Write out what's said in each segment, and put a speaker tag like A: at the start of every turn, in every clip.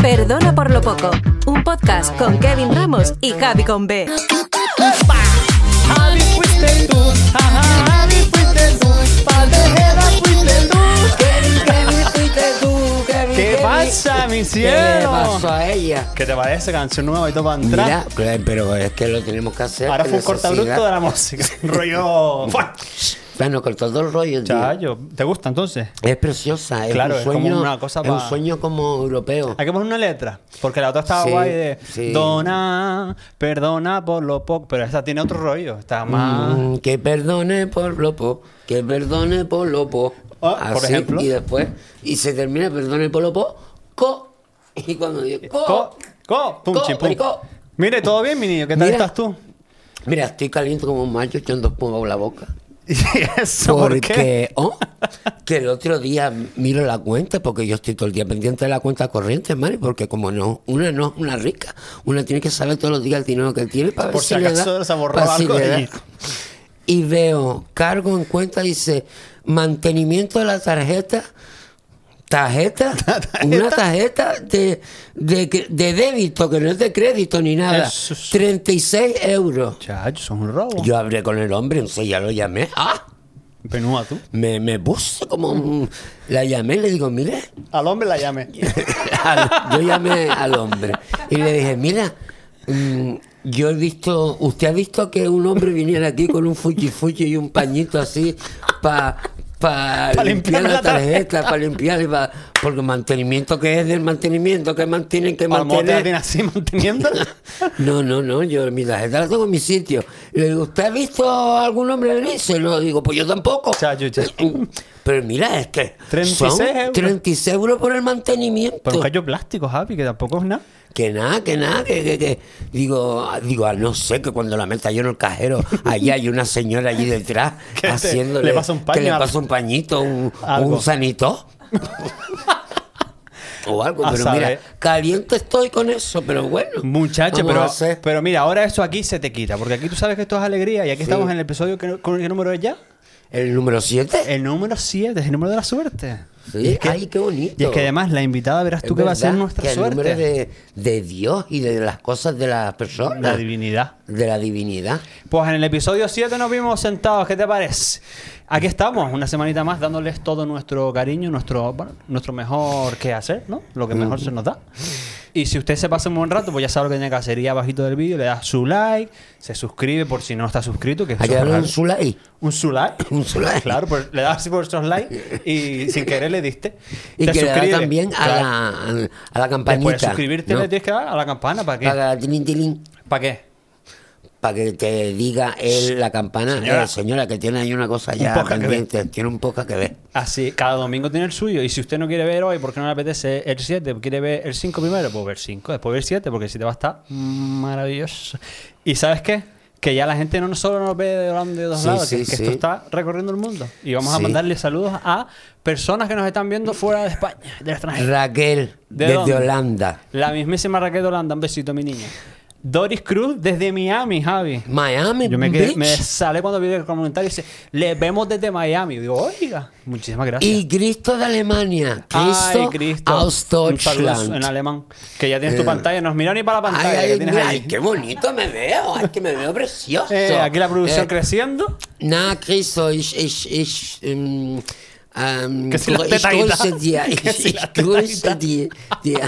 A: Perdona por lo poco, un podcast con Kevin Ramos y Javi con B.
B: Javi fuiste tú, ajá, Javi fuiste tú, Paldejera fuiste tú, Kevin, Kevin fuiste tú, Kevin.
C: ¿Qué
B: Kevin.
C: pasa, mi
B: ¿Qué le
C: cielo?
B: pasó a ella?
C: ¿Qué te parece? Canción nueva y todo para entrar.
B: Mira, claro, pero es que lo tenemos que hacer.
C: Ahora fue
B: por
C: un
B: necesidad.
C: cortabruto de la música. Rollo. ¡Fua!
B: Bueno, cortó todo el rollo. tío.
C: Chayo, ¿te gusta entonces?
B: Es preciosa, es
C: Claro,
B: un
C: es como
B: sueño.
C: una cosa
B: es un
C: pa-
B: sueño como europeo.
C: Hay que poner una letra, porque la otra estaba
B: Sí,
C: guay de
B: sí.
C: Dona, perdona por lo poco, pero esta tiene otro rollo, está más...
B: Mm, que perdone por lo po, que perdone por lo po.
C: Ah, por ejemplo.
B: Y después, y se termina, perdone por lo po, co. Y cuando digo co,
C: Co, co, pum,
B: co,
C: chi, pum.
B: co.
C: Mire, ¿todo bien, mi niño? ¿Qué tal
B: Mira.
C: estás tú?
B: Mira, estoy caliente como un macho echando espuma por la boca.
C: ¿Y eso por qué?
B: Porque, oh, que el otro día miro la cuenta, porque yo estoy todo el día pendiente de la cuenta corriente, Mari, porque como no, una no es una rica, una tiene que saber todos los días el dinero que tiene para ver
C: Por si
B: le
C: acaso
B: da-
C: se borró
B: para si
C: algo
B: le da.
C: ahí.
B: Y veo, cargo en cuenta, dice, mantenimiento de la tarjeta, tarjeta, una tarjeta de, de, cre- de débito, que no es de crédito ni nada,
C: Eso es-
B: 36 euros.
C: Chayo, eso es un robo.
B: Yo hablé con el hombre, entonces ya lo llamé. ¡Ah!
C: Penúa tú.
B: me, me puse como un- la llamé y le digo mire
C: Al hombre la llamé.
B: al- yo llamé al hombre y le dije mira mm, yo he visto usted ha visto que un hombre viniera aquí con un fuchi fuchi y un pañito así para para
C: Pa
B: limpiar
C: limpiar
B: la
C: la
B: tarjeta para limpiar y pa- porque mantenimiento que es del mantenimiento que mantienen que
C: A lo mejor te la tiene
B: mantener
C: así manteniéndola.
B: no, no, no, yo mi tarjeta la tengo en mi sitio. Le digo, ¿usted ha visto a algún hombre venir? Se lo digo, pues yo tampoco.
C: Chayo, chayo.
B: Pero mira, es que
C: 36
B: son
C: euros.
B: 36 euros por el mantenimiento.
C: Pero un callo plástico, Javi, que tampoco es nada.
B: Que nada, que nada, que, que, que- digo, ah, digo, ah, no sé, que cuando la meta yo en el cajero, allá hay una señora allí detrás
C: Que te-
B: haciéndole,
C: le pasa un paño
B: que le
C: al-
B: pasa un pañito, un,
C: Algo.
B: un sanito. o algo,
C: A
B: pero
C: saber.
B: mira, caliente estoy con eso, pero bueno.
C: Muchacho,
B: vamos a
C: pero,
B: hacer.
C: pero mira, ahora eso aquí se te quita, porque aquí tú sabes que esto es alegría y aquí
B: Sí.
C: estamos en el episodio, que, ¿con qué número es ya?
B: El número 7.
C: El número 7, es el número de la suerte.
B: Sí,
C: Eh, Y es que-
B: ay, qué bonito.
C: Y es que además la invitada verás tú
B: Es
C: que va a ser
B: verdad
C: nuestra
B: que el
C: suerte.
B: número de, de Dios y de las cosas de las personas.
C: La divinidad.
B: de la divinidad.
C: Pues en el episodio 7 nos vimos sentados, ¿qué te parece? Aquí estamos, una semanita más dándoles todo nuestro cariño, nuestro, bueno, nuestro mejor que hacer, ¿no? Lo que mejor se nos da. Y si usted se pasa un buen rato, pues ya sabe lo que tiene que hacer. Ir abajito del vídeo, le da su like, se suscribe por si no está suscrito, que
B: Hay
C: eso
B: que
C: es
B: darle
C: raro.
B: un Zulay.
C: un su like.
B: Un su like.
C: Claro, pues le das así por estos likes y sin querer le diste.
B: Y
C: Te
B: que le da
C: suscribes.
B: también a,
C: Claro.
B: la, a la campanita.
C: Después de suscribirte
B: ¿no?
C: le tienes que dar a la campana. ¿Para qué?
B: Para, tilín, tilín,
C: ¿Para qué?
B: para que te diga él la campana.
C: Señora.
B: Eh, señora, que tiene ahí una cosa ya
C: poca que
B: pendiente. Tiene un poca que ver.
C: Así, Ah, cada domingo tiene el suyo. Y si usted no quiere ver hoy porque no le apetece el 7, quiere ver el 5 primero, pues ver 5, después ver el 7, porque el 7 va a estar maravilloso. ¿Y sabes qué? Que ya la gente no solo nos ve de Holanda de dos
B: Sí,
C: lados,
B: sí,
C: que, que
B: sí.
C: esto está recorriendo el mundo. Y vamos a
B: Sí.
C: mandarle saludos a personas que nos están viendo fuera de España, del extranjero.
B: Raquel,
C: ¿De
B: desde
C: dónde?
B: Holanda.
C: La mismísima Raquel Holanda, un besito, mi niña. Doris Cruz desde Miami, Javi.
B: Miami,
C: Yo me, quedé,
B: bitch.
C: me sale cuando vi el comentario y dice, le vemos desde Miami. Y digo, oiga, muchísimas gracias.
B: Y Cristo de Alemania. Cristo,
C: Ay, Cristo.
B: aus
C: Un saludo
B: Deutschland.
C: en alemán. Que ya tienes tu pantalla. Nos mira ni para la
B: Eh. Ay,
C: pantalla
B: ay,
C: que tienes
B: mira,
C: ahí.
B: ay, qué bonito me veo, ay, que me veo precioso.
C: Eh, aquí la producción
B: Eh,
C: creciendo.
B: Na, Cristo, ich, ich, ich, ähm, ähm,
C: Que si las
B: ich
C: tetas y
B: grüße
C: tal.
B: dir, ich,
C: Que si
B: ich
C: las tetas y
B: grüße
C: tal.
B: dir, dir,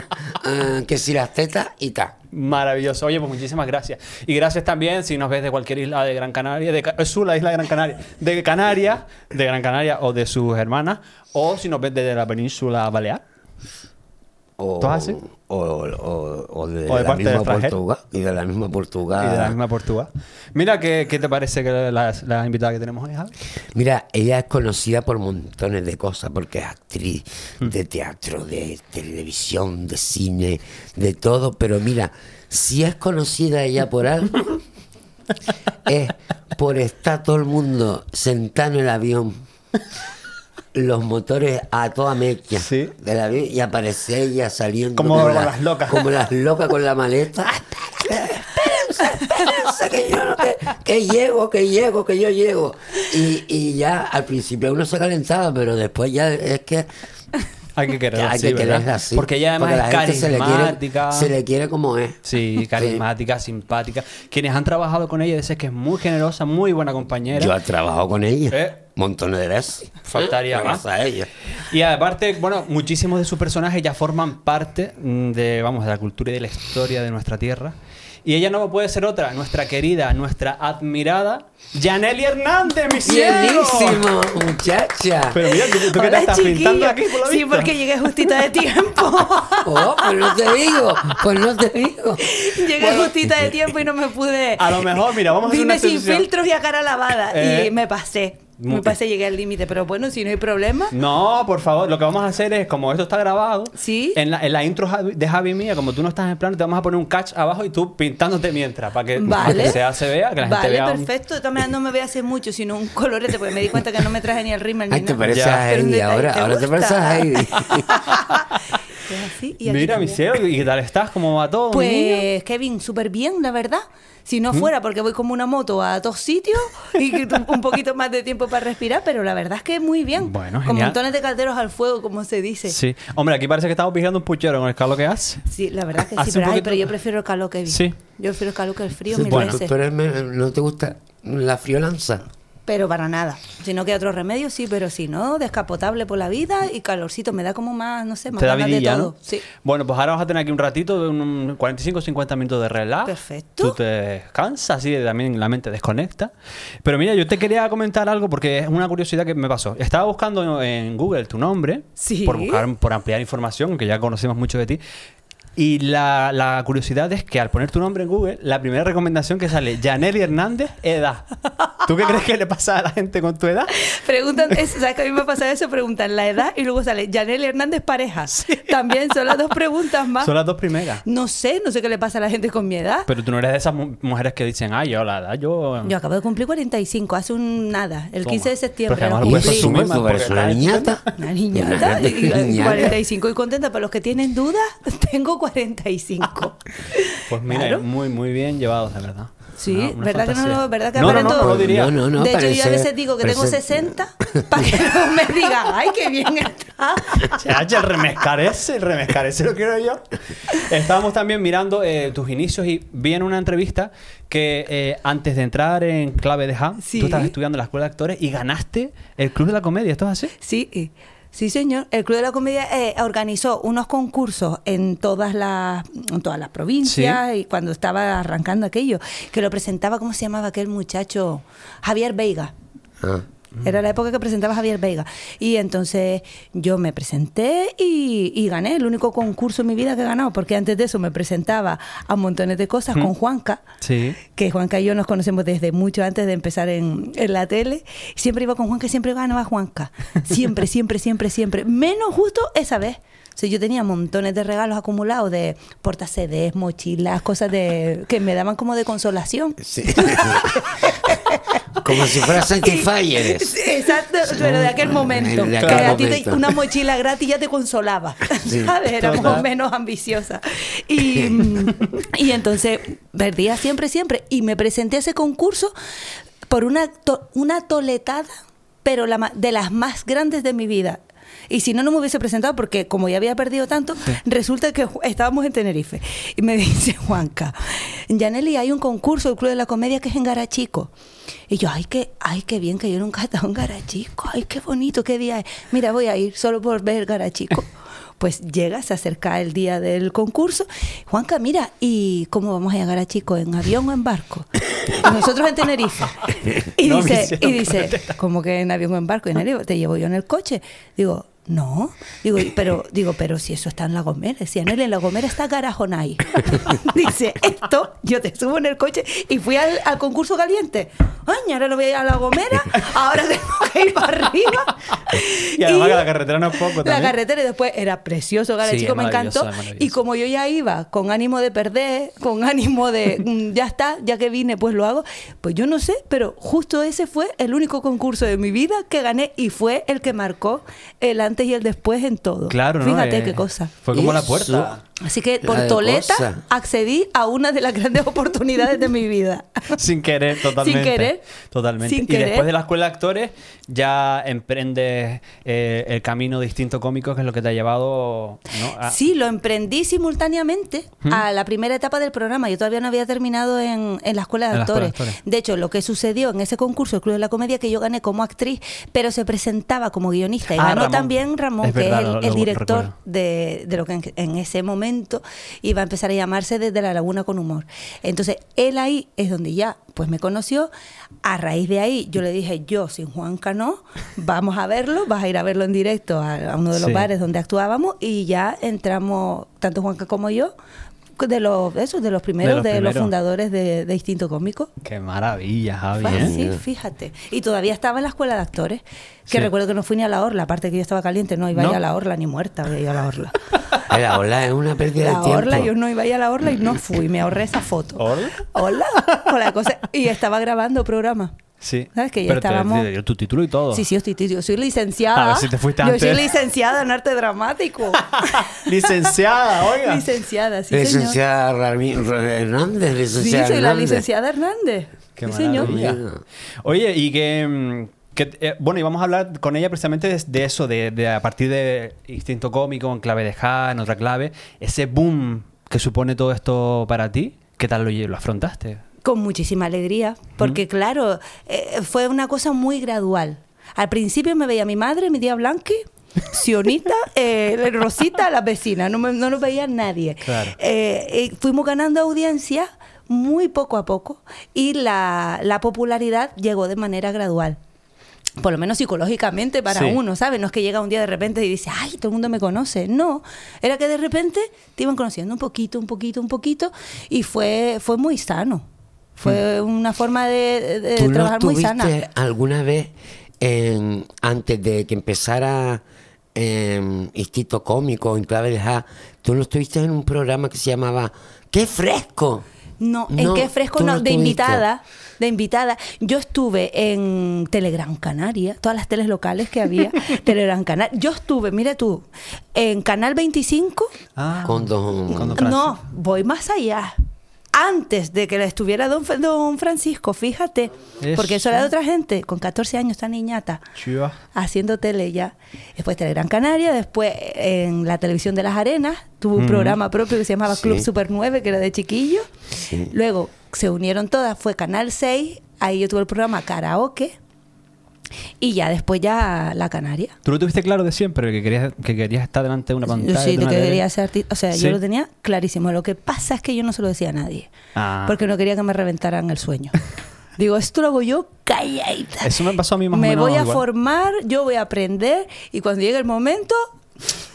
B: äh, que si las tetas y tal.
C: Maravilloso. Oye, pues muchísimas gracias. Y gracias también si nos ves de cualquier isla de Gran Canaria, de Ca- es la isla de Gran Canaria, de Canarias, de Gran Canaria o de sus hermanas, o si nos ves desde la península Balear.
B: O,
C: ¿Tú haces?
B: O, o, o
C: O de
B: de, la
C: parte
B: misma
C: del extranjero.
B: Portugal. Y de la misma Portugal.
C: Y de la misma Portugal. Mira, ¿qué, qué te parece que la, la invitada que tenemos hoy, Javi?
B: Mira, ella es conocida por montones de cosas, porque es actriz de teatro, de televisión, de cine, de todo, pero mira, si es conocida ella por algo, es por estar todo el mundo sentado en el avión, los motores a toda mecha
C: Sí.
B: del avión, y aparece ella saliendo
C: Como
B: con
C: las locas.
B: Como las locas con la maleta. Espérense, que yo no- que, que llego, que llego, que yo llego. Y, y ya al principio uno se calentaba, pero después ya es que
C: Hay que quererla
B: hay
C: así,
B: que
C: ¿verdad?
B: quererla así.
C: Porque ella además
B: Porque la
C: es
B: gente se le quiere-
C: carismática.
B: Se le, quiere como es.
C: Sí, carismática, simpática. Quienes han trabajado con ella dicen que es muy generosa, muy buena compañera.
B: Yo he trabajado con ella.
C: Eh.
B: Montones de veces.
C: Faltaría
B: Me
C: más.
B: pasa a ella.
C: Y aparte, bueno, muchísimos de sus personajes ya forman parte mm, de, vamos, de la cultura y de la historia de nuestra tierra. Y ella no puede ser otra, nuestra querida, nuestra admirada, Yaneli Hernández, mi cielo.
B: Bienísimo, muchacha.
C: Pero mira, tú, tú que te
A: Hola,
C: estás pintando
A: chiquillo.
C: aquí por la
A: Sí,
C: vista.
A: porque llegué justita de tiempo.
B: Oh, pues no te digo, pues no te digo.
A: llegué justita de tiempo y no me pude.
C: A lo mejor, mira, vamos a hacer
A: Vine
C: una
A: sin
C: excepción.
A: filtros y a cara lavada.
C: Eh.
A: Y me pasé.
C: Muy
A: Me pasé, llegué al límite. Pero bueno, si no hay problema.
C: No, por favor, lo que vamos a hacer es, como esto está grabado,
A: Sí.
C: en, la, en la intro Javi- de Javi mía, como tú no estás en plan, te vamos a poner un catch abajo y tú pintándote mientras, para que, para
A: Vale.
C: que sea, se vea, que la gente
A: vale,
C: vea. un-
A: perfecto. De todas maneras, no me voy a hacer mucho, sino un colorete, porque me di cuenta que no me traje ni el rímel ni
B: Ay, te
A: nada.
B: pareces
C: Ya.
A: Pero
B: a
A: un
B: Heidi
A: detalle,
B: ahora.
A: ¿te
B: ahora te
A: gusta?
B: pareces a Heidi.
A: Es así, y aquí
C: Mira, mi
A: también.
C: cielo, ¿y qué tal estás? ¿Cómo va todo? mi niño? ¿Mm?
A: Pues Kevin, súper bien, la verdad. Si no fuera porque voy como una moto a dos sitios y que tu- un poquito más de tiempo para respirar, pero la verdad es que muy bien.
C: Bueno,
A: Con
C: genial.
A: montones de calderos al fuego, como se dice. Sí,
C: Sí. Hombre, aquí parece que estamos vigilando un puchero con el calor que hace.
A: la verdad es que
C: Hace
A: sí, pero,
C: un
A: ay,
C: poquito-
A: pero yo prefiero el calor, Kevin.
C: Sí.
A: Yo prefiero el calor que el frío mil
B: Bueno,
A: veces.
B: pero es me- no te gusta la friolanza.
A: Pero para nada. Si no queda otro remedio, sí, pero si no, descapotable por la vida y calorcito. Me da como más, no sé, más
C: Te da
A: ganas
C: vidilla,
A: de
C: ¿no?
A: todo. Sí.
C: Bueno, pues ahora vas a tener aquí un ratito, un 45 o 50 minutos de relax.
A: Perfecto.
C: Tú te descansas, así también la mente desconecta. Pero mira, yo te quería comentar algo porque es una curiosidad que me pasó. Estaba buscando en Google tu nombre,
A: Sí.
C: por, buscar, por ampliar información, que ya conocemos mucho de ti. Y la, la curiosidad es que al poner tu nombre en Google, la primera recomendación que sale, Yaneli Hernández, edad. ¿Tú qué crees que le pasa a la gente con tu edad?
A: Preguntan, eso, ¿sabes que a mí me ha pasado eso? Preguntan la edad y luego sale Janel Hernández pareja. También son las dos preguntas más.
C: Son las dos primeras.
A: No sé, no sé qué le pasa a la gente con mi edad.
C: Pero tú no eres de esas mu- mujeres que dicen, ay, yo la edad, yo...
A: Yo acabo de cumplir 45, hace un nada, el
C: Toma.
A: 15 de septiembre.
C: Pero que
A: lo
B: Ah,
C: además lo puedes
A: cumplí.
C: asumir.
B: Tú
C: porque
B: pareces una
C: está-
B: pues, niñata.
A: Una niñata,
B: Una
A: y
B: niñata.
A: 45 y contenta. Para los que tienen dudas, tengo 45.
C: Pues mira,
A: Claro.
C: muy, muy bien llevados, de verdad.
A: Sí,
C: Una- una
A: ¿verdad que no
C: fantasía.
A: lo- verdad que
C: no, no,
A: aparento-
C: no, no lo diría.
B: No, no, no.
A: de hecho, yo
B: parece-
A: a veces digo que tengo
B: parece-
A: 60 para que no me digan, ay, qué bien está.
C: Chacha, el remezcar ese, el remezcar ese lo quiero yo. Estábamos también mirando eh, tus inicios y vi en una entrevista que eh, antes de entrar en Clave de Jam,
A: Sí.
C: tú estabas estudiando en la escuela de actores y ganaste el Club de la Comedia. ¿Esto es así?
A: Sí, eh, sí, señor. El Club de la Comedia eh, organizó unos concursos en todas las, en todas las provincias y cuando estaba arrancando aquello, que lo presentaba, ¿cómo se llamaba aquel muchacho? Javier Veiga.
B: Ah.
A: Era la época que presentaba Javier Veiga. Y entonces yo me presenté y, y gané el único concurso en mi vida que he ganado, porque antes de eso me presentaba a montones de cosas con Juanca
C: Sí.
A: que Juanca y yo nos conocemos desde mucho antes de empezar en, en la tele. Siempre iba con Juanca, y siempre ganaba Juanca. Siempre, siempre, siempre, siempre. Menos justo esa vez. O sea, yo tenía montones de regalos acumulados de porta CDs, mochilas, cosas de que me daban como de consolación.
B: Sí. Como si fuera Sanctifyers.
A: Sí, Exacto, pero de aquel momento.
B: De
A: que
B: aquel
A: a ti te-
B: momento.
A: una mochila gratis ya te consolaba.
B: Sí,
A: ¿Sabes? Éramos
C: total.
A: menos ambiciosas. Y, mm, y entonces perdía siempre, siempre. Y me presenté a ese concurso por una, to- una toletada, pero la ma- de las más grandes de mi vida. Y si no, no me hubiese presentado porque como ya había perdido tanto, resulta que ju- estábamos en Tenerife. Y me dice Juanca, Yaneli, hay un concurso del Club de la Comedia que es en Garachico. Y yo, ay, qué, ay, qué bien que yo nunca he estado en Garachico. Ay, qué bonito, qué día es. Mira, voy a ir solo por ver Garachico. Pues llega, se acerca el día del concurso. Juanca, mira, ¿y cómo vamos a llegar a Chico? ¿En avión o en barco? Y Nosotros en Tenerife. Y
C: No me
A: dice,
C: hicieron
A: y dice ¿cómo que en avión o en barco? Y en Tenerife, te llevo yo en el coche. Digo, no. Digo, "Y- pero, digo, pero si eso está en La Gomera. Decía, no, en La Gomera está Garajonay. dice, esto, yo te subo en el coche y fui al, al concurso caliente. Ay, ahora no voy a ir a La Gomera, ahora tengo que ir para arriba.
C: Y además que la carretera no es poco
A: La
C: también.
A: carretera y después era precioso,
C: Sí,
A: Garachico,
C: es
A: me encantó.
C: maravilloso, es maravilloso.
A: Y como yo ya iba con ánimo de perder, con ánimo de mm, ya está, ya que vine, pues lo hago, pues yo no sé, pero justo ese fue el único concurso de mi vida que gané y fue el que marcó el antes y el después en todo.
C: Claro, ¿no?
A: Fíjate
C: Eh,
A: qué cosa.
C: Fue como la
B: Eso.
C: puerta.
A: Así que
B: La
A: por
B: de
A: Toleta
B: cosa.
A: accedí a una de las grandes oportunidades de mi vida.
C: Sin querer, totalmente.
A: querer.
C: Totalmente.
A: Sin
C: y
A: querer.
C: después de la escuela de actores, ya emprendes eh, el camino distinto cómico, que es lo que te ha llevado. ¿no? Ah, A-
A: Sí, lo emprendí simultáneamente a la primera etapa del programa. Yo todavía no había terminado en, en la escuela de
C: En la escuela de
A: actores.
C: actores.
A: De hecho, lo que sucedió en ese concurso, el Club de la Comedia, que yo gané como actriz, pero se presentaba como guionista. Y
C: Ah,
A: ganó
C: Ramón.
A: también Ramón,
C: Es
A: que
C: verdad,
A: es el,
C: lo-
A: el
C: lo
A: director
C: recuerdo.
A: de, de lo que en, en ese momento iba a empezar a llamarse desde la laguna con humor. Entonces, él ahí es donde ya pues me conoció. A raíz de ahí, yo le dije, yo sin Juan Cano, vamos a verlo, vas a ir a verlo en directo a, a uno de los
C: Sí.
A: bares donde actuábamos y ya entramos, tanto Juanca como yo, de los, esos, de los primeros, de los,
C: primeros.
A: fundadores de, de Instinto Cómico.
C: Qué maravilla, Javi.
A: Fue
C: ¿eh?
A: así, fíjate. Y todavía estaba en la escuela de actores, que
C: Sí.
A: recuerdo que no fui ni a la orla, aparte que yo estaba caliente, no iba a
C: ¿No?
A: ir a la orla, ni muerta había ido a la orla.
B: A Ah, la ola es una pérdida
A: La
B: de tiempo.
A: orla, yo no iba a ir a la orla y no fui, me ahorré esa foto.
C: ¿Orla?
A: Hola, hola, cosa. Y estaba grabando programa.
C: Sí.
A: ¿Sabes que ya
C: Pero te-
A: estábamos-
C: te dio tu título y todo.
A: Sí, sí, yo, estoy- yo soy licenciada.
C: A ver si te fuiste
A: Yo soy
C: antes.
A: licenciada en arte dramático.
C: Licenciada, oiga.
A: licenciada, sí, señor.
B: licenciada Rami- Re- Hernández,
A: Sí,
B: licenciada
A: soy la
B: Hernández.
A: licenciada Hernández.
C: Qué
A: sí, señor.
C: maravilla. Oye, y que... mm, que, eh, bueno, y vamos a hablar con ella precisamente de, de eso, de, de a partir de Instinto Cómico, en clave de Ja, en otra clave, ese boom que supone todo esto para ti, ¿qué tal lo, lle- lo afrontaste?
A: Con muchísima alegría, porque claro, eh, fue una cosa muy gradual. Al principio me veía mi madre, mi tía Blanqui, Sionita, eh, la Rosita, las vecinas, no, me- no nos veía nadie.
C: Claro.
A: Eh, eh, fuimos ganando audiencia muy poco a poco y la, la popularidad llegó de manera gradual. Por lo menos psicológicamente para
C: Sí.
A: uno, ¿sabes? No es que llega un día de repente y dice, ay, todo el mundo me conoce. No, era que de repente te iban conociendo un poquito, un poquito, un poquito y fue, fue muy sano. Fue una forma de, de
B: Mm. ¿Tú no
A: trabajar muy sana.
B: estuviste alguna vez en- antes de que empezara em, Instinto Cómico en Clave de Ja? ¿Tú no estuviste en un programa que se llamaba ¡Qué fresco!
A: No, ¿en
B: No,
A: qué fresco?
B: tú
A: No,
B: no
A: de
B: estuviste.
A: invitada. De invitada. Yo estuve en Telegram Canaria, todas las teles locales que había. Telegram Canaria. Yo estuve, mira tú, en Canal 25.
C: Ah,
B: Con don-
C: con don Francisco.
A: No, voy más allá. Antes de que estuviera don, Fe- don Francisco, fíjate. Porque eso era de otra gente, con 14 años, tan niñata
C: Chiva.
A: haciendo tele ya. Después Telegram Canaria, después en la televisión de las arenas, tuvo un programa propio que se llamaba
B: Sí.
A: Club Super 9, que era de chiquillo.
B: Sí.
A: Luego se unieron todas, fue Canal 6, ahí yo tuve el programa Karaoke. Y ya después ya la Canaria.
C: ¿Tú lo tuviste claro de siempre, que querías, que querías estar delante de una pantalla?
A: Sí,
C: de
A: que
C: una tele?
A: quería ser artista. O sea,
C: Sí.
A: yo lo tenía clarísimo. Lo que pasa es que yo no se lo decía a nadie.
C: Ah.
A: Porque no quería que me reventaran el sueño. Digo, esto lo hago yo calladita.
C: Eso me pasó a mí más o
A: Me
C: menos
A: voy a
C: igual.
A: formar, yo voy a aprender y cuando llegue el momento...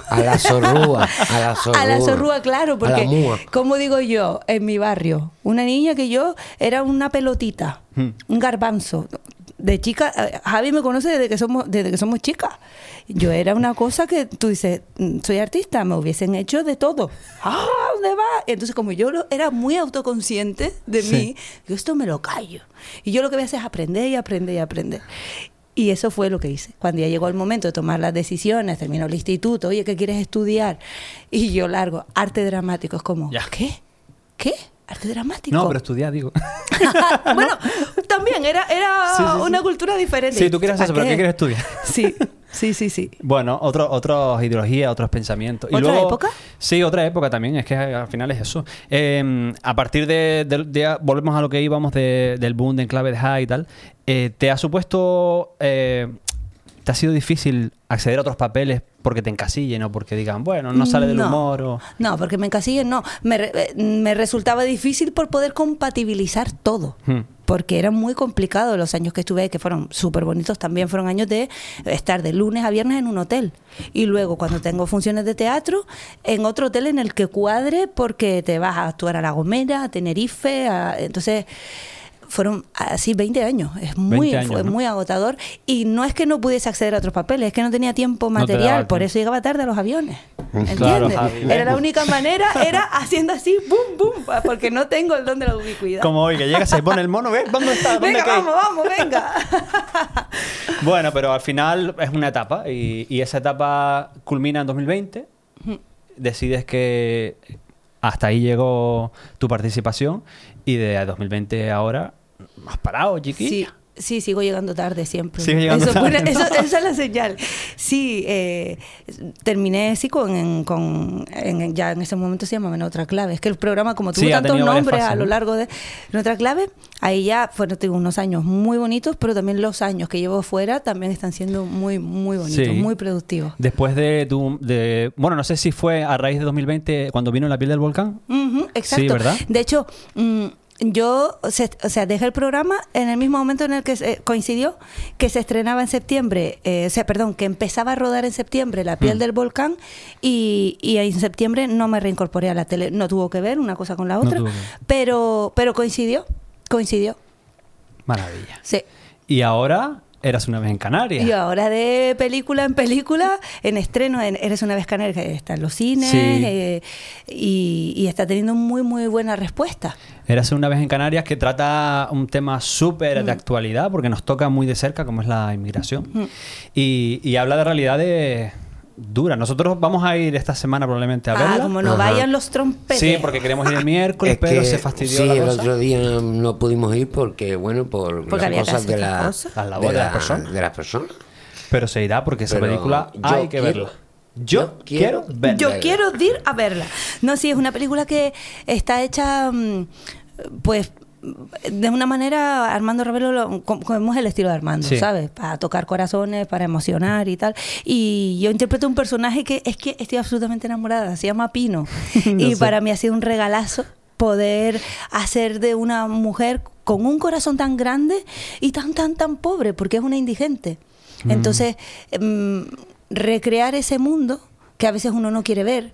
B: A la zorrúa, a la zorrúa.
A: A la zorrúa, claro,
B: A la
A: porque,
B: mua.
A: como digo yo, en mi barrio, una niña que yo era una pelotita,
C: Hmm.
A: un garbanzo. De chica, eh, Javi me conoce desde que somos, desde que somos chicas. Yo era una cosa que tú dices, "Mm, soy artista, me hubiesen hecho de todo. ¡Ah, dónde va! Entonces, como yo lo- era muy autoconsciente de
C: Sí.
A: mí, yo esto me lo callo. Y yo lo que voy a hacer es aprender y aprender y aprender. Y eso fue lo que hice. Cuando ya llegó el momento de tomar las decisiones, terminó el instituto, oye, ¿qué quieres estudiar? Y yo largo, arte dramático. Es como,
C: Ya.
A: ¿qué? ¿Qué? ¿Arte dramático?
C: No, pero estudiar, digo.
A: bueno, también era, era
C: Sí, sí, sí.
A: una cultura diferente.
C: Sí, tú quieres eso, pero ¿qué quieres estudiar?
A: Sí, sí, sí, sí.
C: Bueno, otro, otras ideologías, otros pensamientos.
A: ¿Otra época?
C: Sí, otra época también, es que eh, al final es eso. Eh, a partir de, de- de- Volvemos a lo que íbamos de- del boom de Enclave de High y tal. eh, ¿Te ha supuesto. eh, ¿Te ha sido difícil acceder a otros papeles porque te encasillen o porque digan, bueno, no sale del humor o.
A: No, porque me encasillen, no. Me, re- eh, me resultaba difícil por poder compatibilizar todo.
C: Hmm.
A: Porque era muy complicado los años que estuve, que fueron súper bonitos, también fueron años de estar de lunes a viernes en un hotel. Y luego, cuando tengo funciones de teatro, en otro hotel en el que cuadre, porque te vas a actuar a La Gomera, a Tenerife, a- entonces... Fueron así 20 años, es muy,
C: 20 años,
A: fue
C: ¿no?
A: muy agotador y no es que no pudiese acceder a otros papeles, es que no tenía tiempo
C: No te daba
A: material, por
C: tiempo.
A: eso llegaba tarde a los aviones. ¿Entiendes?
C: Claro, Javi.
A: Era la única manera, era haciendo así, boom, boom, porque no tengo el don de la ubicuidad.
C: Como hoy, que llega, se pone el mono, ¿ves? ¿Dónde está? ¿Dónde
A: venga,
C: cae?
A: vamos, vamos, venga.
C: Bueno, pero al final es una etapa y, y esa etapa culmina en 2020. decides que hasta ahí llegó tu participación y de 2020 ahora has parado, chiquilla.
A: Sí, sí, sigo llegando tarde siempre.
C: Sigue llegando
A: Eso fue-
C: tarde.
A: eso- esa es la señal. Sí, eh, terminé sí con, en- con- en- ya en ese momento se llamaba en otra clave. Es que el programa, como tuvo
C: Sí, ha
A: tantos
C: tenido varias
A: nombres a
C: fases,
A: lo
C: ¿no?
A: largo de en otra clave, ahí ya fueron te digo, unos años muy bonitos, pero también los años que llevo fuera también están siendo muy, muy bonitos,
C: Sí.
A: muy productivos.
C: Después de tu... De, bueno, no sé si fue a raíz de 2020 cuando vino la piel del volcán.
A: Ujú, exacto.
C: ¿verdad?
A: De hecho, mm, yo, se- o sea, dejé el programa en el mismo momento en el que se- eh, coincidió que se estrenaba en septiembre, eh, o sea, perdón, que empezaba a rodar en septiembre La
C: Mm.
A: piel del volcán y, y en septiembre no me reincorporé a la tele. No tuvo que ver una cosa con la
C: No
A: otra,
C: tuvo que ver.
A: pero, pero coincidió, coincidió.
C: Maravilla.
A: Sí.
C: Y ahora eras una vez en Canarias.
A: Y ahora de película en película, en estreno, en Eres una vez canaria, que está en los cines
C: Sí.
A: eh, y, y está teniendo muy, muy buena respuesta.
C: Eras una vez en Canarias que trata un tema súper
A: Mm.
C: de actualidad porque nos toca muy de cerca como es la inmigración y, y habla de realidades duras. Nosotros vamos a ir esta semana probablemente a
A: Ah,
C: verla.
A: como no
B: Ajá.
A: vayan los trompetes.
C: Sí, porque queremos ir el miércoles,
B: Es
C: pero
B: que,
C: se fastidió
B: sí,
C: la
B: el
C: cosa.
B: otro día no pudimos ir porque, bueno, por
A: Porque había
B: las
A: que
B: cosas
A: hacer
B: de, la,
A: otras cosas.
C: Las labores de las personas.
B: de las personas.
C: Pero se irá porque esa
B: Pero
C: película
B: yo
C: hay que
B: quiero-
C: verla. Yo,
B: yo
C: quiero
B: quiero
C: verla.
A: Yo
B: verla.
A: quiero ir a verla. No, sí, es una película que está hecha, mm, pues, de una manera, Armando Ravelo, lo- co- como es el estilo de Armando,
C: Sí.
A: ¿sabes? Para tocar corazones, para emocionar y tal. Y yo interpreto un personaje que es que estoy absolutamente enamorada, se llama Pino. y
C: sé.
A: para mí ha sido un regalazo poder hacer de una mujer con un corazón tan grande y tan, tan, tan pobre, porque es una indigente.
C: Mm.
A: Entonces, em, recrear ese mundo que a veces uno no quiere ver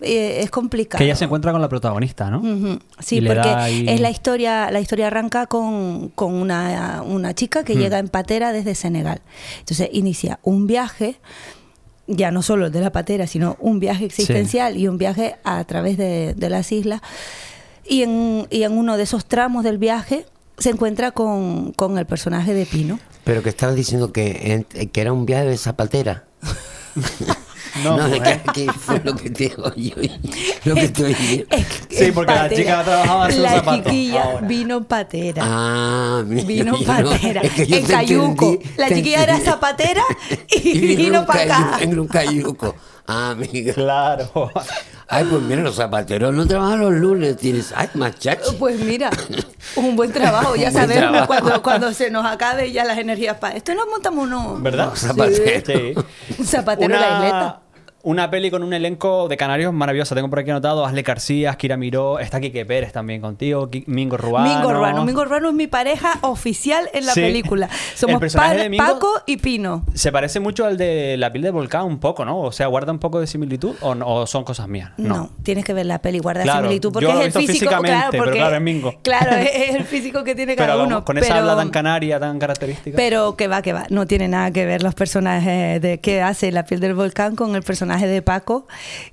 A: eh, es complicado.
C: Que ella se encuentra con la protagonista, ¿no?
A: Ujú. Sí,
C: Y le
A: porque
C: da ahí-
A: es la historia, la historia arranca con, con una, una chica que llega en patera desde Senegal. Entonces inicia un viaje, ya no solo el de la patera, sino un viaje existencial y un viaje a través de, de las islas. Y en, y en uno de esos tramos del viaje se encuentra con, con el personaje de Pino.
B: Pero que estabas diciendo que, en- que era un viaje de zapatera.
C: No,
B: No, de
C: mujer.
B: que, que fue lo que te oí, lo que te oí.
C: Sí, porque la chica trabajaba en su
A: La
C: zapato.
A: chiquilla
C: Ahora.
A: vino en patera.
B: Ah, mira,
A: Vino
B: yo no-
A: patera,
B: es que yo
A: en
B: te
A: cayuco.
B: entendí,
A: La
B: te
A: chiquilla era
B: entendí.
A: zapatera y,
B: Y
A: vino
B: un
A: para acá.
B: cayu- En un cayuco. Ah, amiga.
C: Claro.
B: Ay, pues mira, los zapateros no trabajan los lunes. Tienes, ay, machachi.
A: Pues mira, un buen trabajo, ya
B: Un buen
A: sabemos
B: trabajo.
A: cuando, cuando se nos acabe ya las energías para esto. Nos montamos uno,
C: ¿Verdad?
B: No, zapatero.
C: Sí.
A: un zapatero en la isleta.
C: Una peli con un elenco de canarios maravillosa. Tengo por aquí anotado Asle García, Kira Miró, está Quique Pérez también contigo, Qui- Mingo Ruano.
A: Mingo Ruano. Mingo Ruano es mi pareja oficial en la
C: Sí.
A: película. Somos
C: El personaje
A: Pa-
C: de Mingo-
A: Paco y Pino.
C: Se parece mucho al de La piel de volcán un poco, ¿no? O sea, guarda un poco de similitud o, no- o son cosas mías.
A: No.
C: No.
A: tienes que ver la peli, guarda
C: Claro,
A: similitud, porque
C: yo
A: es
C: lo he
A: el
C: visto
A: físico.
C: físicamente,
A: Claro,
C: pero
A: porque-
C: claro, es Mingo.
A: Claro, es, es el físico que tiene
C: Pero
A: cada
C: vamos,
A: uno.
C: con esa
A: pero-
C: habla tan canaria, tan característica.
A: Pero que va, que va. No tiene nada que ver los personajes de que hace la piel del volcán con el personaje de Paco,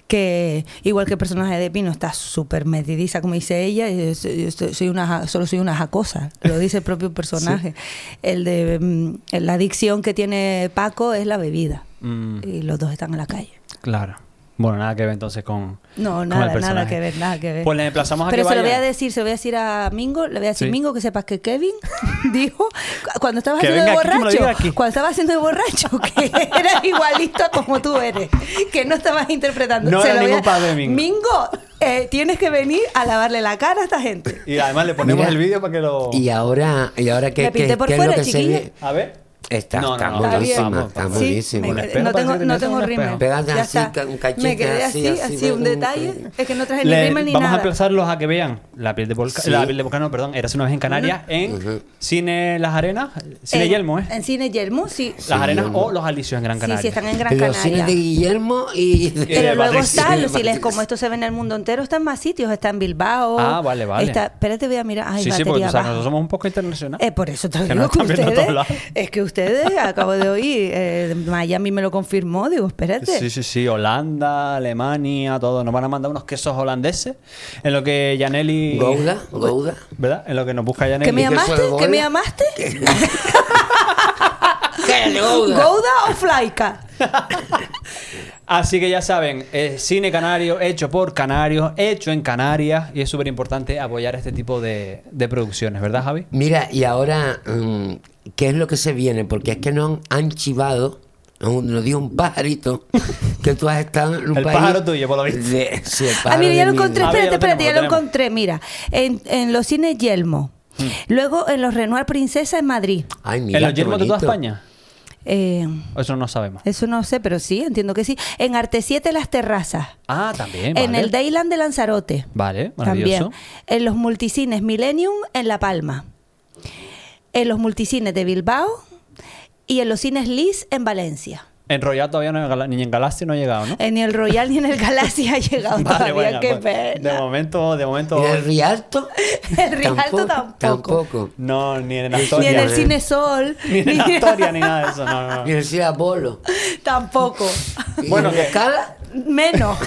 A: que igual que el personaje de Pino está súper metidiza, como dice ella, y es- yo soy- soy una, ja- solo soy una jacosa, lo dice el propio personaje. El de mm, la adicción que tiene Paco es la bebida.
C: Mm,
A: Y los dos están en la calle.
C: claro. Bueno, nada que ver entonces con.
A: No,
C: con el
A: nada, nada
C: personaje.
A: que ver, nada que ver.
C: Pues le emplazamos a
A: Pero
C: que
A: se lo voy
C: vaya.
A: a decir, se lo voy a decir a Mingo, le voy a decir,
C: Sí.
A: Mingo, que sepas que Kevin dijo, cu- cuando estabas
C: Que
A: haciendo de
C: venga aquí, que me lo diga
A: borracho,
C: aquí.
A: cuando estabas haciendo de borracho, que eras igualito a como tú eres, que no estabas interpretando.
C: No
A: Se
C: era
A: lo voy
C: ningún padre de Mingo.
A: Mingo, eh, tienes que venir a lavarle la cara a esta gente.
C: Y además le ponemos
B: Mira,
C: el vídeo para que lo.
B: Y ahora, y ahora que,
A: Me pinté
B: que-
A: por
B: que
A: fuera,
B: es lo que se
A: chiquilla.
B: ve.
C: A ver.
B: Está,
C: No, no,
B: está
C: no,
A: está bien.
B: buenísima,
C: Vamos,
B: está
C: vamos.
A: Sí,
B: buenísima.
A: me-
C: espejo
A: no tengo,
C: parece que
A: no
C: te
A: tengo
C: metes un
A: rímel.
C: espejo.
B: Pegate
A: Ya
B: así,
A: está.
B: un cachete
A: Me quedé
B: así,
A: así, así,
B: así,
A: un
B: ve,
A: detalle.
B: ve.
A: Es que no traje ni
C: Le-
A: rímel ni
C: vamos a
A: nada.
C: emplazarlos a que vean la piel de volcán.
B: Sí.
C: La piel de volcán, no, perdón. Eras una vez en Canarias, en
B: Ujú.
C: Cine Las Arenas, Cine
A: En-
C: Yelmo, ¿eh?
A: En Cine Yelmo, sí.
C: Las Arenas
B: Yelmo.
C: o Los Alicios en Gran
A: Sí,
C: Canaria.
A: sí, están en Gran
B: Los
A: Canaria.
B: cines de Guillermo y de-
C: Eh,
A: Pero luego
C: Patricia.
A: está, los cines,
B: Patricia.
A: como esto se ve en el mundo entero, está en más sitios, está en Bilbao.
C: Ah, vale, vale.
A: Está, espérate, voy a mirar. Ay,
C: sí, sí, porque
A: batería
C: tú sabes,
A: baja.
C: nosotros somos un poco internacionales.
A: Eh, por eso te
C: Que
A: digo
C: nos
A: que
C: están viendo a
A: ustedes,
C: todos lados.
A: es que ustedes, acabo de oír, eh, Miami me lo confirmó, digo, espérate.
C: Sí, sí, sí, Holanda, Alemania, todo. Nos van a mandar unos quesos holandeses. En lo que Yaneli.
B: Gouda, Gouda.
C: ¿Verdad? En lo que nos busca Yaneli.
A: ¿Que me
B: llama-
A: llamaste?
B: queso de
A: ¿Que me
B: bola.
A: llamaste?
B: Cállate, Gouda.
A: ¿Gouda o Flaika?
C: Así que ya saben, eh, cine canario hecho por canarios, hecho en Canarias, y es súper importante apoyar este tipo de, de producciones, ¿verdad, Javi?
B: Mira, y ahora, mm, ¿qué es lo que se viene? Porque es que nos han chivado, nos, nos dio un pajarito, que tú has estado en un
C: El
B: país
C: pájaro tuyo, por lo visto.
B: de- sí, el
A: Ah,
B: pájaro
A: mira,
B: de
A: ya lo
B: mi-
A: encontré,
C: Ah, mira, ya
A: espérate,
C: lo
A: espérate, ya
C: tenemos,
A: lo
C: lo
A: encontré. Mira, en, en los cines Yelmo.
C: Mm.
A: Luego en los Renoir Princesa en Madrid.
B: Ay, mira,
C: ¿En los
B: qué
C: yermos de toda
B: bonito.
C: España?
A: Eh,
C: Eso no sabemos.
A: eso no sé, pero sí, entiendo que sí. En Arte 7 Las Terrazas.
C: Ah, también.
A: En
C: vale.
A: el Dayland de Lanzarote.
C: Vale, maravilloso.
A: También. En los multicines Millennium en La Palma. En los multicines de Bilbao. Y en los cines Liz en Valencia.
C: Enrollado todavía no, he gala- ni en Galaxia no ha llegado, ¿no?
A: Eh, Ni el Royal ni en el Galaxy ha llegado todavía.
C: bueno,
A: Qué
C: pues, De
A: pena.
C: momento, de momento.
B: ¿Y el Rialto?
A: El Rialto tampoco.
B: Tampoco.
C: No, ni en
A: Ni
C: Astoria.
A: en el
B: eh.
A: Cine Sol.
C: Ni en Astoria, ni nada de eso. No, no, no.
B: Ni el Cine Apolo.
A: Tampoco.
B: ¿Y
C: Bueno,
B: en
C: que-
B: escala?
A: Menos.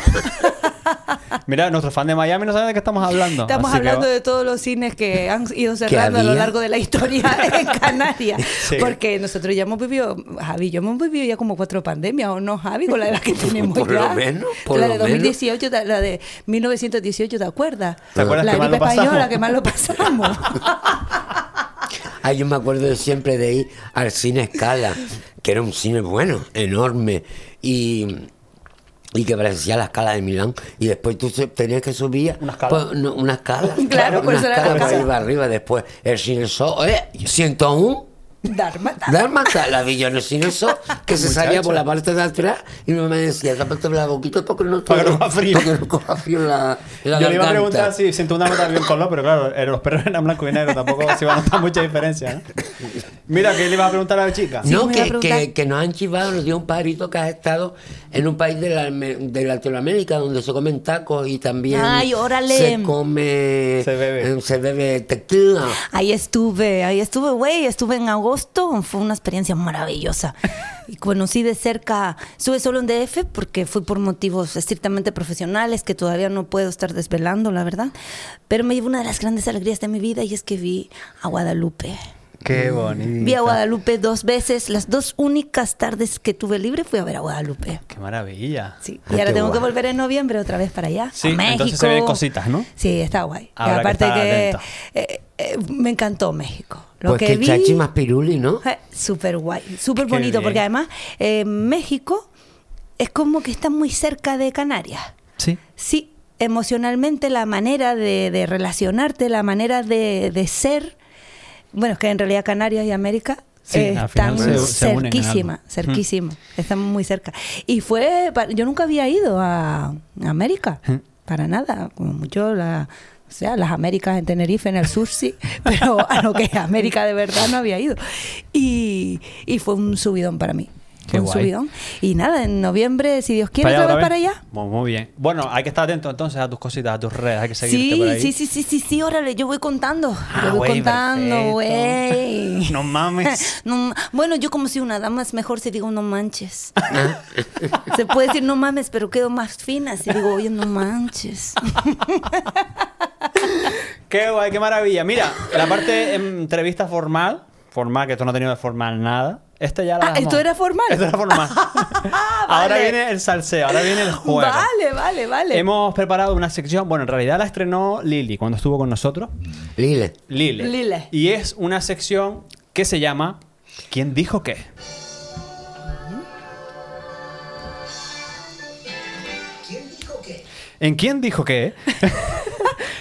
C: Mira, nuestro fan de Miami no sabe de qué estamos hablando.
A: Estamos
C: así que
A: hablando
C: va-
A: de todos los cines que han ido cerrando a lo
B: había?
A: largo de la historia en Canarias.
C: Sí.
A: Porque nosotros ya hemos vivido, Javi, yo hemos vivido ya como cuatro pandemias, ¿o no, Javi? Con la de las que tenemos
B: Por
A: ya.
B: lo menos, por
A: La
B: lo
A: de
B: menos.
A: 2018, ta- la de 1918, ¿te acuerdas?
C: ¿Te acuerdas
A: la
C: que mal
A: gripe
C: lo pasamos?
A: española, que mal lo pasamos.
B: Ay, Ah, yo me acuerdo siempre de ir al cine Escala, que era un cine bueno, enorme, y, y que parecía la escala de Milán. Y después tú se- tenías que subir
C: Una escala.
B: pues, no, una escala.
A: Claro, por
B: una
A: eso era la
B: escala para
A: escala.
B: ir para arriba. Después el cine Sol, eh, 101.
A: Dharma.
B: Dálmata, la villa en el cine Sol, que se salía por la parte de atrás y mi mamá decía, tapate la boquita porque no,
C: Para que no coja frío.
B: porque no coja frío la, la
C: Yo le iba a
B: garganta".
C: preguntar si sentó una nota bien color, pero claro, eh, los perros eran blanco y negro, tampoco se iba a notar mucha diferencia. ¿no? Mira, ¿qué le ibas a preguntar a la chica?
A: Sí,
B: no,
A: me iba a
B: que,
A: preguntar.
B: que- que nos han chivado, nos dio un pajarito que has estado en un país de, la- de Latinoamérica donde se comen tacos y también
A: Ay, órale.
B: se come,
C: Se bebe.
B: eh, se bebe tequila.
A: Ahí estuve, ahí estuve, güey, estuve en agosto, fue una experiencia maravillosa. Y conocí de cerca, estuve solo en DF porque fui por motivos estrictamente profesionales que todavía no puedo estar desvelando, la verdad. Pero me llevo una de las grandes alegrías de mi vida y es que vi a Guadalupe.
C: Qué bonito.
A: Vi a Guadalupe dos veces, las dos únicas tardes que tuve libre fui a ver a Guadalupe.
C: Qué maravilla.
A: Sí.
B: Ah,
A: Y ahora
B: qué
A: tengo que
B: guay.
A: volver en noviembre otra vez para allá.
C: Sí,
A: a México.
C: entonces se ven cositas, ¿no?
A: Sí, está guay. Y
C: Habrá que
A: aparte
C: estar
A: que,
C: atento.
A: eh, eh, me encantó México. Lo
B: Pues que,
A: que
B: el
A: vi.
B: chachi más piruli, ¿no?
A: eh, Súper guay, súper
C: Qué
A: bonito,
C: bien.
A: porque además eh, México es como que está muy cerca de Canarias.
C: Sí.
A: Sí, emocionalmente la manera de, de relacionarte, la manera de, de ser. Bueno, es que en realidad Canarias y América
C: Sí,
A: eh,
C: al final
A: están
C: se- se unen en
A: cerquísima,
C: algo. Mm.
A: cerquísima, estamos muy cerca. Y fue, pa- yo nunca había ido a América,
C: Mm.
A: para nada, como mucho la... O sea, las Américas en Tenerife, en el sur sí, pero a lo que es América de verdad no había ido. Y, y fue un subidón para mí.
C: Qué
A: Fue un
C: guay.
A: subidón. Y nada, en noviembre, si Dios quiere, otra vez para allá.
C: Muy, muy bien. Bueno, hay que estar atento entonces a tus cositas, a tus redes, hay que seguirte
A: Sí,
C: por ahí.
A: sí, sí, sí, sí, sí, órale, yo voy contando.
C: Ah,
A: yo voy
C: güey,
A: contando,
C: perfecto.
A: güey.
C: No mames.
A: No ma- bueno, yo como soy una dama, es mejor si digo no manches.
C: Ah.
A: Se puede decir no mames, pero quedo más fina si digo, oye, no manches.
C: Qué guay, qué maravilla. Mira, la parte em, entrevista formal, formal, que esto no ha tenido de formal nada. Esta ya la.
A: Ah, ¿esto
C: dejamos.
A: era formal?
C: Esto era formal. Ahora
A: Vale.
C: viene el salseo, ahora viene el juego.
A: Vale, vale, vale.
C: Hemos preparado una sección, bueno, en realidad la estrenó Lili cuando estuvo con nosotros.
B: Lile.
C: Lile.
A: Lile.
C: Y es una sección que se llama ¿Quién dijo qué? ¿En quién dijo qué?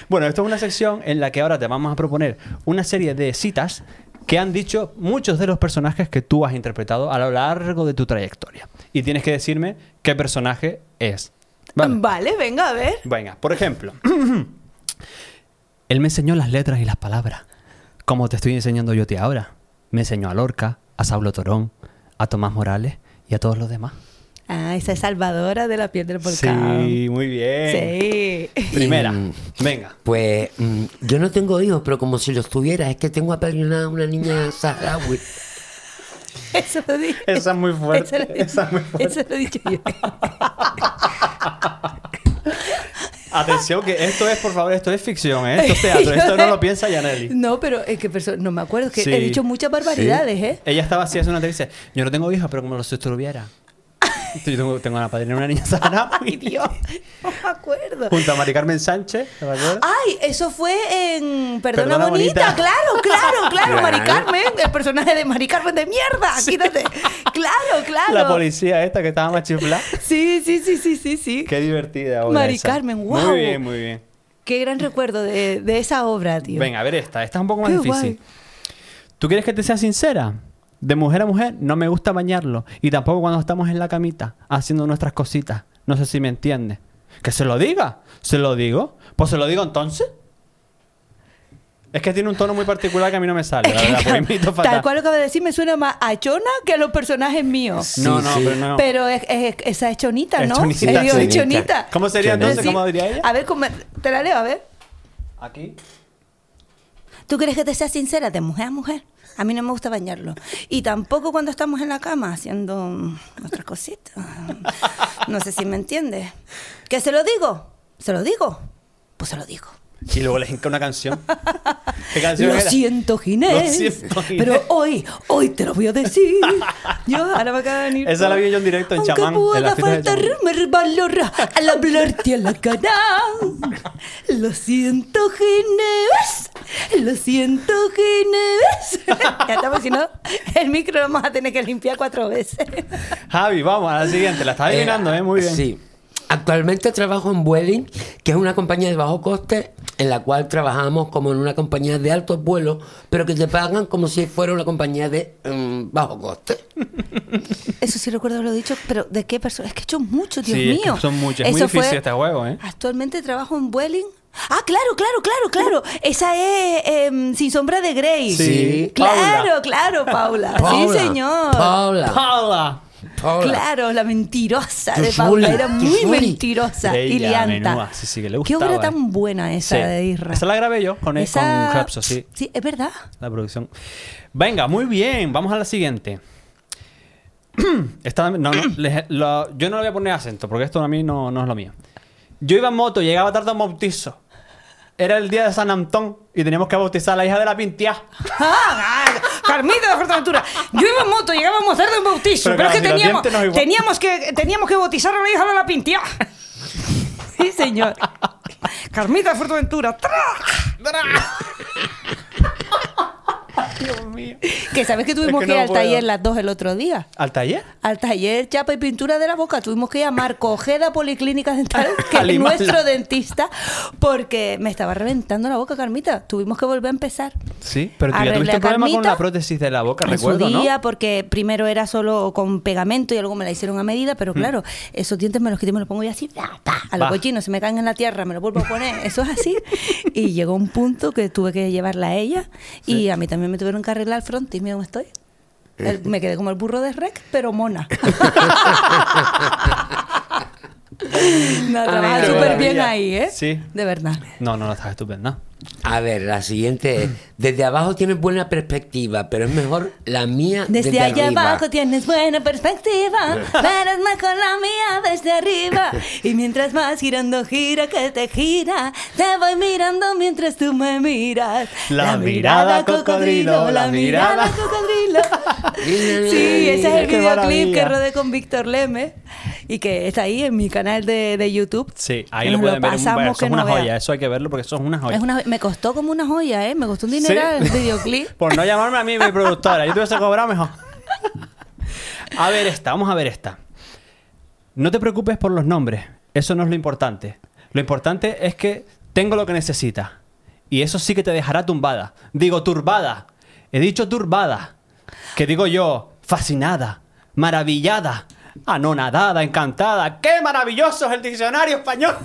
C: bueno, esto es una sección en la que ahora te vamos a proponer una serie de citas que han dicho muchos de los personajes que tú has interpretado a lo largo de tu trayectoria. Y tienes que decirme qué personaje es.
A: vale.
C: Vale.
A: venga, a ver.
C: Venga, por ejemplo. Él me enseñó las letras y las palabras, como te estoy enseñando yo a ti ahora. Me enseñó a Lorca, a Sablo Torón, a Tomás Morales y a todos los demás.
A: Ah, esa es salvadora de la piel del volcán.
C: muy bien.
A: Sí.
C: Primera,
B: Mm.
C: venga.
B: Pues mm, yo no tengo hijos, pero como si los tuviera, es que tengo apadrinada a una niña saharaui.
A: Eso lo dije.
C: Esa es muy fuerte,
A: Eso lo,
C: esa es muy fuerte.
A: Eso lo he dicho yo.
C: Atención, que esto es, por favor, esto es ficción, ¿eh? esto es teatro, esto no lo piensa Yaneli.
A: No, pero es que perso- no me acuerdo, es que
C: Sí.
A: he dicho muchas barbaridades, ¿eh?
C: Ella estaba así hace una entrevista. Yo no tengo hijos, pero como los tuviera. Yo tengo, tengo una padrina, una niña sana.
A: Ay, Dios, no me acuerdo.
C: Junto a Mari Carmen Sánchez, ¿te acuerdas?
A: Ay, eso fue en Perdona,
C: Perdona,
A: bonita.
C: Bonita.
A: claro, claro, claro, Mari
B: Claro.
A: Carmen, el personaje de Mari Carmen de mierda, quítate. Claro, claro.
C: La policía esta que estaba más chiflada.
A: Sí, sí, sí, sí, sí, sí.
C: Qué divertida. obra
A: Mari
C: esa.
A: Carmen, guau.
C: Muy bien, muy bien.
A: Qué gran recuerdo de, de esa obra, tío.
C: Venga, a ver esta. Esta es un poco más
A: Qué
C: difícil.
A: guay.
C: ¿Tú quieres que te sea sincera? De mujer a mujer no me gusta bañarlo. Y tampoco cuando estamos en la camita haciendo nuestras cositas. No sé si me entiendes. Que se lo diga. Se lo digo. Pues se lo digo entonces. Es que tiene un tono muy particular que a mí no me sale.
A: Es que,
C: la verdad, porque
A: claro,
C: imito fatal.
A: tal cual lo que acaba de decir me suena más a Chona que a los personajes míos.
C: No,
B: Sí,
C: no,
B: sí.
C: pero no.
A: Pero es, es- esa es Chonita,
C: Es
A: ¿no?
C: Chonita,
A: Eh, digo, es
B: Chonita.
A: Chonita.
C: ¿Cómo sería
B: Chonita.
C: entonces?
A: Sí.
C: ¿Cómo diría ella?
A: A ver, ¿cómo- te la leo, a ver.
C: Aquí.
A: ¿Tú crees que te sea sincera de mujer a mujer? A mí no me gusta bañarlo. Y tampoco cuando estamos en la cama haciendo mm, otras cositas. No sé si me entiendes. ¿Que se lo digo? ¿Se lo digo? Pues se lo digo.
C: Y luego le hinca una canción. ¿Qué canción
A: Lo
C: era?
A: siento, Ginés.
C: Lo siento, Ginés.
A: Pero hoy, hoy te lo voy a decir. Yo ahora me acaba de venir.
C: Esa la vi yo en directo en
A: Aunque
C: Chamán, en
A: pueda
C: las fiestas de
A: faltar valor al hablarte a la cara. Lo siento, Ginés. Lo siento, Ginés. ya estamos, si no, el micro lo vamos a tener que limpiar cuatro veces.
C: Javi, vamos a la siguiente. La estás adivinando, ¿eh? Muy bien.
B: Sí. Actualmente trabajo en Vueling, que es una compañía de bajo coste en la cual trabajamos como en una compañía de altos vuelos, pero que te pagan como si fuera una compañía de mm, bajo coste.
A: Eso sí recuerdo lo dicho, pero ¿de qué persona? Es que he hecho mucho, Dios
C: Sí, es que
A: mío.
C: son muchos. Es muy
A: Eso
C: difícil
A: fue-
C: este juego, ¿eh?
A: Actualmente trabajo en Vueling. Ah, claro, claro, claro, claro. Esa es em, Sin Sombra de Grey.
C: Sí,
A: Claro,
C: Paula.
A: claro, Paula.
B: Paula,
A: Sí, señor.
B: Paula.
C: ¡Paula!
B: Paula.
A: Claro, la mentirosa de
B: Qué
A: Paula.
B: fuli,
A: Era
B: qué
A: muy
B: fuli.
A: mentirosa
C: Ella,
A: y lianta.
C: menuda, sí, sí, que le
A: Qué obra
C: gustaba, eh.
A: tan buena esa
C: Sí.
A: de Isra.
C: Esa la grabé yo con, él,
A: Esa-
C: con Crapso, sí.
A: Sí, es verdad.
C: La producción. Venga, muy bien. Vamos a la siguiente. Esta- no, no, les- lo- yo no le voy a poner acento porque esto a mí no, no es lo mío. Yo iba en moto, llegaba tarde a un bautizo. Era el día de San Antón y teníamos que bautizar a la hija de la Pintia.
A: Ah, ah, Carmita de Fuerteventura. Yo iba en moto, llegábamos tarde a un bautizo,
C: Pero
A: pero, es que
C: claro, si
A: teníamos,
C: los dientes no es igual.
A: teníamos que teníamos que bautizar a la hija de la pintia. Sí, señor. Carmita de Fuerteventura. ¡tra!
C: Dios mío.
A: Que sabes que tuvimos
C: Es
A: que,
C: que
A: ir
C: no
A: al
C: puedo.
A: taller las dos el otro día.
C: ¿Al taller?
A: Al taller chapa y pintura de la boca tuvimos que ir a Marco Ojeda Policlínica Dental, que es
C: Alimarla.
A: nuestro dentista, porque me estaba reventando la boca, Carmita. Tuvimos que volver a empezar.
C: Sí, pero tú ya
A: Arreglé
C: tuviste
A: a
C: un problema con
A: Carmita.
C: la prótesis de la boca,
A: en
C: recuerdo,
A: su día
C: ¿no?
A: porque primero era solo con pegamento y luego me la hicieron a medida, pero claro, esos dientes me los quité, me los pongo y así, pa, pa, a los
C: Hmm. Va.
A: cochinos, se me caen en la tierra, me los vuelvo a poner, eso es así. Y llegó un punto que tuve que llevarla a ella y a mí también me tuvieron que arreglar el front y mira cómo estoy.
C: Eh.
A: El- me quedé como el burro de Rex, pero mona. no, trabaja
C: Ah, qué
A: súper bien
C: maravilla.
A: ahí, ¿eh?
C: Sí.
A: De verdad.
C: No, no, no, estás estupenda.
B: A ver, la siguiente es. Desde abajo tienes buena perspectiva, pero es mejor la mía desde,
A: Desde, allá
B: arriba.
A: abajo tienes buena perspectiva, pero es mejor la mía desde arriba. Y mientras vas girando, gira que te gira, te voy mirando mientras tú me miras.
C: La mirada cocodrilo, la mirada-
A: cocodrilo. sí, ese es el
C: Qué
A: videoclip que
C: maravilla.
A: rodé con Víctor Leme y que está ahí en mi canal de, de YouTube.
C: Sí, ahí
A: Que
C: lo
A: nos
C: pueden ver. en un-
A: pasamos
C: Eso
A: que
C: es una
A: no vea.
C: joya, eso hay que verlo porque eso es una joya.
A: Es una- me costó como una joya, ¿eh? Me costó un
C: Sí.
A: dinero el videoclip.
C: Por no llamarme a mí mi productora. Yo te hubiese cobrado mejor. A ver esta, vamos a ver esta. No te preocupes por los nombres. Eso no es lo importante. Lo importante es que tengo lo que necesitas. Y eso sí que te dejará tumbada. Digo, turbada. He dicho turbada. Que digo yo, fascinada, maravillada, anonadada, encantada. ¡Qué maravilloso es el diccionario español!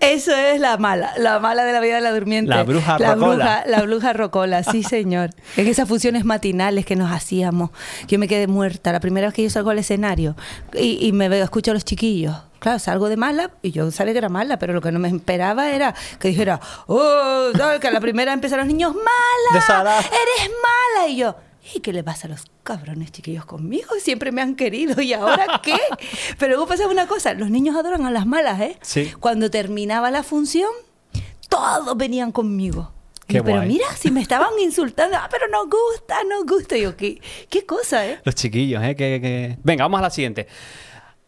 A: Eso es la mala, la mala de la vida de la durmiente.
C: La bruja
A: la
C: rocola.
A: Bruja, la bruja rocola, sí señor. En esas funciones matinales que nos hacíamos, yo me quedé muerta. La primera vez que yo salgo al escenario y, y me veo, escucho a los chiquillos. Claro, salgo de mala y yo sabía que era mala, pero lo que no me esperaba era que dijera, oh, tal, que a la primera empiezan los niños, mala,
C: Desagrada-
A: eres mala. Y yo, ¿y qué le pasa a los cabrones chiquillos conmigo? Siempre me han querido y ahora qué. Pero luego pasa una cosa, los niños adoran a las malas, ¿eh?
C: Sí.
A: Cuando terminaba la función, todos venían conmigo. Y
C: Qué
A: yo, pero
C: guay.
A: mira, si me estaban insultando, ah, pero nos gusta, nos gusta. Y yo, ¿qué, qué cosa, eh?
C: Los chiquillos, ¿eh? Que, que- Venga, vamos a la siguiente.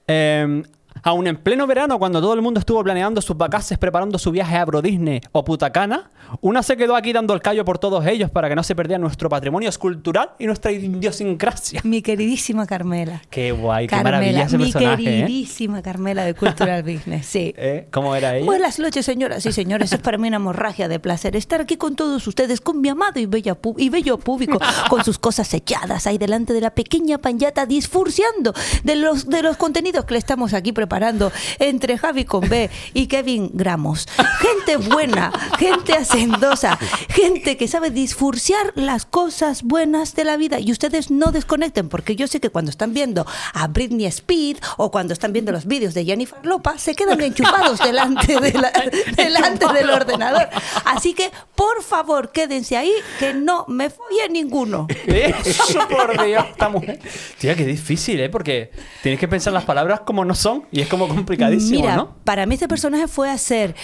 C: Eh, aún en pleno verano, cuando todo el mundo estuvo planeando sus vacaciones, preparando su viaje a Bro Disney o Putacana, una se quedó aquí dando el callo por todos ellos para que no se perdiera nuestro patrimonio escultural y nuestra idiosincrasia.
A: Mi queridísima Carmela.
C: Qué guay, qué maravilla
A: Carmela,
C: ese
A: mi
C: personaje. ¿eh?
A: queridísima Carmela de Cultural Business, sí.
C: ¿Eh? ¿Cómo era ella?
A: Buenas noches, señoras y señores. Es para mí una hemorragia de placer estar aquí con todos ustedes, con mi amado y, bella pu- y bello público, con sus cosas echadas ahí delante de la pequeña panyata, disfurciando de los, de los contenidos que le estamos aquí preparando entre Javi con B y Kevin Gramos. Gente buena, gente hacendosa, gente que sabe disfurciar las cosas buenas de la vida. Y ustedes no desconecten, porque yo sé que cuando están viendo a Britney Speed o cuando están viendo los vídeos de Jennifer Lopa, se quedan enchufados delante, de la- delante del ordenador. Así que, por favor, quédense ahí, que no me folle ninguno.
C: Eso, Eh, por Dios, esta mujer. Tía, qué difícil, ¿eh? Porque tienes que pensar las palabras como no son y es como complicadísimo,
A: Mira,
C: ¿no?
A: para mí este personaje fue hacer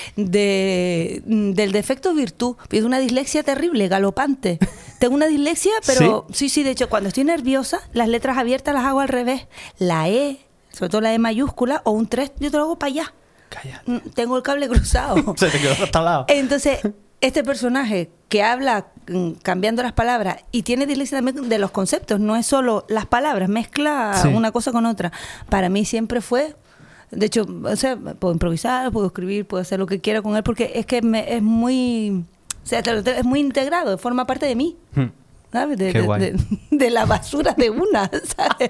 A: de, mm, del defecto virtud. Es una dislexia terrible, galopante. Tengo una dislexia, pero ¿Sí? sí, de hecho, cuando estoy nerviosa, las letras abiertas las hago al revés. La E, sobre todo la E mayúscula, o un 3, yo te lo hago para allá.
C: Calla.
A: Mm, Tengo el cable cruzado.
C: Se te quedó atascado.
A: Entonces, este personaje que habla mm, cambiando las palabras y tiene dislexia también de los conceptos, no es solo las palabras, mezcla
C: Sí.
A: una cosa con otra. Para mí siempre fue, de hecho, o sea, puedo improvisar, puedo escribir, puedo hacer lo que quiera con él, porque es que me- es muy, o sea, te lo- te- es muy integrado, forma parte de mí.
C: Hmm.
A: ¿sabes? De,
C: Qué
A: de-
C: guay.
A: de- de la basura de una, ¿sabes?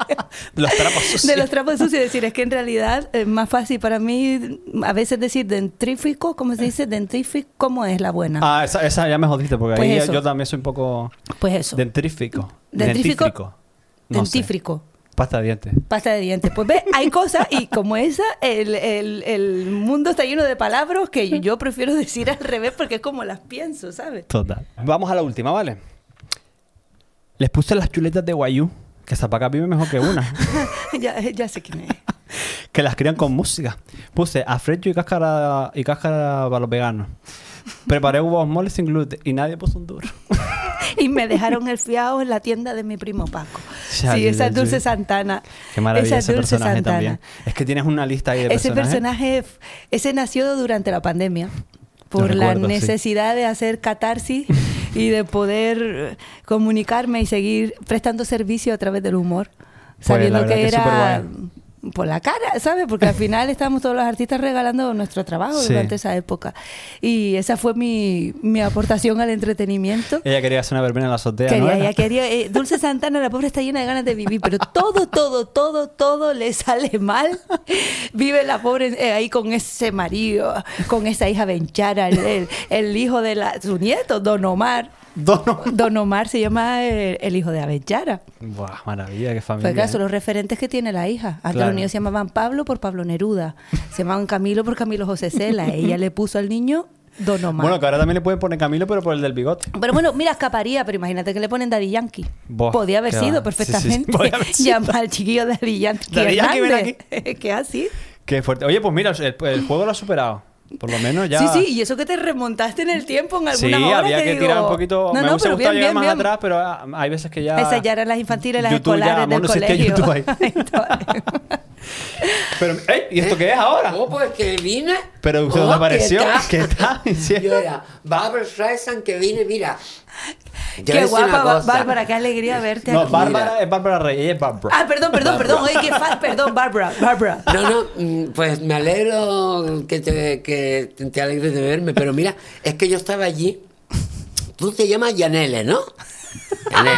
C: De los trapos
A: De
C: sucios.
A: los trapos sucios. Es decir, es que en realidad es más fácil para mí a veces decir dentrífico, ¿cómo se dice? Dentrífico, ¿cómo es la buena?
C: Ah, esa, esa ya me jodiste porque
A: Pues
C: ahí
A: eso.
C: yo también soy un poco
A: Pues eso.
C: dentrífico.
A: Dentrífico.
C: No sé.
A: dentífrico.
C: Pasta de dientes.
A: Pasta de dientes. Pues ve, hay cosas y como esa, el, el- el mundo está lleno de palabras que yo prefiero decir al revés porque es como las pienso, ¿sabes?
C: Total. Vamos a la última, ¿vale? Les puse las chuletas de guayú, que Zapaca vive mejor que una.
A: ya, ya sé quién es.
C: que las crían con música. Puse a y cáscara, y cáscara para los veganos. Preparé huevos moles sin gluten y nadie puso un duro.
A: Y me dejaron el fiado en la tienda de mi primo Paco. sí,
C: Chale,
A: esa es
C: Dulce.
A: Dulce Santana.
C: Qué maravilla
A: Esa es
C: ese
A: Dulce
C: personaje
A: Santana.
C: también. Es que tienes una lista ahí de
A: Ese
C: personajes.
A: personaje, f- ese nació durante la pandemia por
C: Lo
A: la
C: recuerdo, sí.
A: necesidad de hacer catarsis y de poder eh, comunicarme y seguir prestando servicio a través del humor,
C: Pues,
A: sabiendo
C: la
A: que
C: verdad que es
A: era
C: superguay.
A: por la cara, ¿sabes? Porque al final estábamos todos los artistas regalando nuestro trabajo
C: Sí.
A: durante esa época. Y esa fue mi, mi aportación al entretenimiento.
C: Ella quería hacer una verbena en la azotea, ¿no?
A: Quería,
C: era?
A: ya quería. eh, Dulce Santana, la pobre está llena de ganas de vivir, pero todo, todo, todo, todo le sale mal. Vive la pobre eh, ahí con ese marido, con esa hija Benchara, el, el- el hijo de la, su nieto, Don Omar.
C: Dono.
A: Don Omar se llama eh, el, hijo de Abenchara.
C: Ah, Buah, maravilla, qué familia.
A: Pues claro, son
C: ¿eh?
A: los referentes que tiene la hija. Antes
C: Claro.
A: los niños se llamaban Pablo por Pablo Neruda, se llamaban Camilo por Camilo José Cela. Ella le puso al niño Don Omar.
C: Bueno, que ahora también le pueden poner Camilo, pero por el del bigote.
A: Pero bueno, mira, escaparía, pero imagínate que le ponen Daddy Yankee.
C: Buah,
A: Podía haber
C: qué
A: sido
C: va. Sí,
A: perfectamente.
C: sí, podía haber sido.
A: Llama al chiquillo Daddy Yankee.
C: Daddy Yankee, ven
A: Hernández. ¿Qué así?
C: Qué fuerte. Oye, pues mira, el, el juego lo ha superado. Por lo menos ya.
A: Sí, sí, y eso que te remontaste en el tiempo en algunas
C: Sí,
A: horas.
C: había que
A: digo-
C: tirar un poquito.
A: No,
C: me
A: no,
C: hubiese
A: pero
C: gustado
A: bien,
C: llegar
A: bien,
C: más
A: bien.
C: atrás, pero ah, hay veces que ya.
A: Esas ya eran las infantiles, las
C: YouTube
A: escolares
C: ya,
A: del
C: mono, si está en
A: colegio.
C: YouTube ahí.
A: Entonces-
C: Pero, ¡Ey! ¿Y esto qué es ahora?
B: Oh, pues que vine.
C: Pero
B: Oh,
C: usted dónde apareció. ¿Qué
B: ¿Qué
C: está
B: tal? Yo
C: diciendo?
B: era Barbara Streisand que vine, mira. Yo
A: qué
B: decía una
A: guapa, Ba-
B: cosa.
A: Bárbara, qué alegría verte
C: No,
A: aquí.
C: Bárbara es Bárbara Rey, ella es Bárbara.
A: Ah, perdón, perdón, perdón. Oye, qué fa- Perdón, Bárbara, Bárbara.
B: No, no, mm, pues me alegro que te, que te- te alegres de verme, pero mira, es que yo estaba allí. Tú te llamas Yanele, ¿no? Yanele.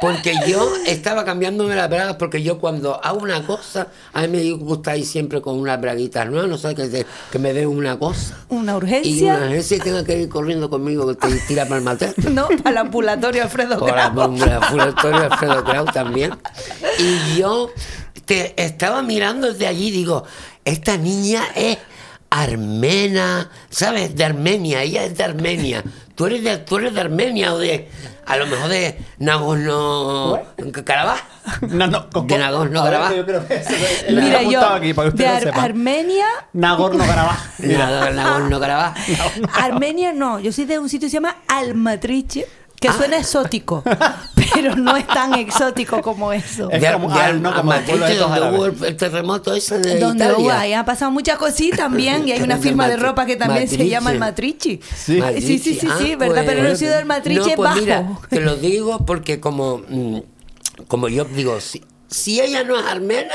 B: Porque yo estaba cambiándome las bragas, porque yo cuando hago una cosa, a mí me gusta ir siempre con unas braguitas nuevas, no sé, que, te- que me dé una cosa.
A: Una
B: Y una
A: urgencia.
B: agencia tenga que ir corriendo conmigo que te tira para el matar.
A: No, al ambulatorio Alfredo
B: Por la
A: Grau.
B: bombra fulatoria Alfredo Grau también. Y yo te estaba mirando desde allí, digo, esta niña es armena, ¿sabes? De Armenia, ella es de Armenia. Tú eres de, tú eres de Armenia o de, a lo mejor de Nagorno Karabaj.
C: No, no, con
B: De Nagorno
C: A ver,
B: Karabaj.
C: Yo creo que eso es- lo
A: Mira,
C: he
A: yo,
C: apuntado aquí para que usted
A: de
C: lo
A: Ar-
C: sepa.
A: Armenia,
C: Nagorno Karabaj.
B: Nagor- Nagorno Karabaj. Ah.
A: Armenia no, yo soy de un sitio que se llama Almatriche, que suena exótico. pero no es tan exótico como eso.
C: Es
B: De-
C: como-
B: de
C: ah, no, como el
B: Almaquete,
C: pueblo de estos
B: donde
C: árabes.
B: hubo el, el terremoto ese de
A: Donde
B: Italia.
A: hubo- ahí ha pasado muchas cositas también y hay una
B: Donde
A: firma de
B: Matri-
A: ropa que también se
B: Matrice.
A: llama el Matrici.
C: Sí.
B: Matrice.
A: Sí, sí, sí, sí, ¿verdad? Pero el residuo del Matrice
B: Ah, No,
A: es
B: pues
A: bajo.
B: mira, te lo digo porque como, mm, como yo digo, si, si ella no es armena,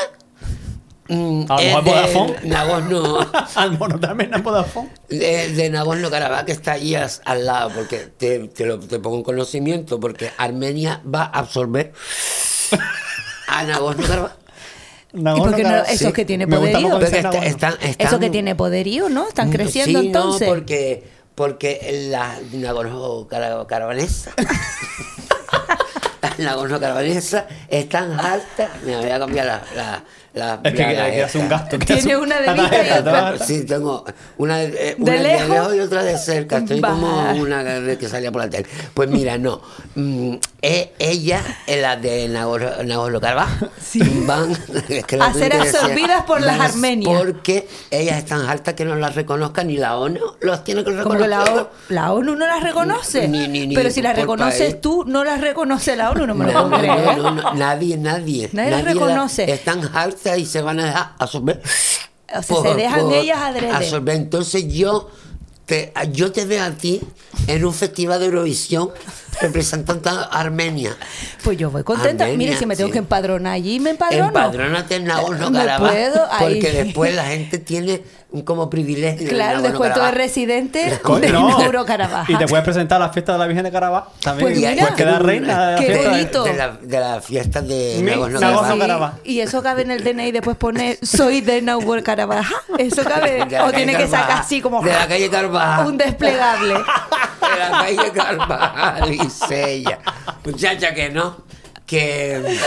B: mm,
C: A lo
B: es
C: mejor
B: de
C: Ah, Vodafone.
B: Nagorno,
C: Al mono también a Vodafone.
B: de, de Nagorno Karabaj que está allí as- al lado, porque te, te lo te pongo en conocimiento, porque Armenia va a absorber a Nagorno Karabaj.
A: ¿Y por qué no? Esos
B: sí.
A: que tiene ¿eh?
C: Me gusta
A: poderío.
C: cómo
B: Porque
C: Nagorno.
B: está- están-
A: Eso
B: están- Mm,
A: que tiene poderío, ¿no? Están creciendo
B: Sí,
A: entonces.
B: No, porque, porque la Nagorno Cara- Caravanesa. la Nagorno Caravanesa es tan alta. Mira, voy a cambiar la. la, la
C: Es que
B: la-
C: quiere quiere hacer un
B: esta.
C: gasto.
A: Tiene una de vista y otra.
C: otra.
B: Sí, tengo una, eh,
A: ¿De
B: una de, lejos?
A: lejos?
B: y otra de cerca. Estoy
A: Va.
B: como una de que salía por la tele. Pues mira, no. Mm, e- ella, eh, la de Nagorno Nagorno Karabaj, van es que lo
A: A
B: tengo
A: ser
B: que decir,
A: absorbidas por las
B: van a-
A: armenias.
B: Porque ellas están altas que no las reconozcan ni la ONU los tiene que
A: Como que
B: reconocer.
A: la, O- la ONU no las reconoce.
B: Ni- ni- ni
A: pero si las
B: por
A: reconoces
B: país.
A: tú, no las reconoce la ONU, no me lo
B: No,
A: puedo
B: no,
A: creer.
B: no, no, no, nadie, nadie.
A: Nadie las reconoce.
B: la- están altas y se van a dejar absorber.
A: O sea, se dejan ellas adrede.
B: absorber. Entonces yo te, yo te veo a ti en un festival de Eurovisión representando a Armenia.
A: Pues yo voy contenta.
B: Armenia,
A: Mire, si me tengo
B: sí.
A: que empadronar allí, me empadrono.
B: Empadrónate en Nagorno
A: Me
B: Karabaj.
A: puedo, ahí.
B: Porque después la gente tiene un como privilegio. en
A: Claro,
B: Nagorno
A: descuento de
B: Karabaj.
A: residente de
C: Coño, no.
A: Nauro Carabaj.
C: Y te puedes presentar a la fiesta de la Virgen de Carabaj. También
A: Pues
B: Y ahí
A: mira,
C: puedes quedar reina de la
A: qué
C: fiesta. de-
A: bonito.
B: De la, de la fiesta de
C: Mi-
B: Nagorno
C: Nagorno
B: Karabaj.
C: Karabaj.
A: Y eso cabe en el DNI, después pone soy de Nauro Carabaj. Eso cabe.
B: De la
A: O tiene
B: calle
A: que sacar
B: Carvajal.
A: así como
B: De la calle Carvajal.
A: un desplegable.
B: De la calle Carvajal y Sella. Muchacha que no. Que.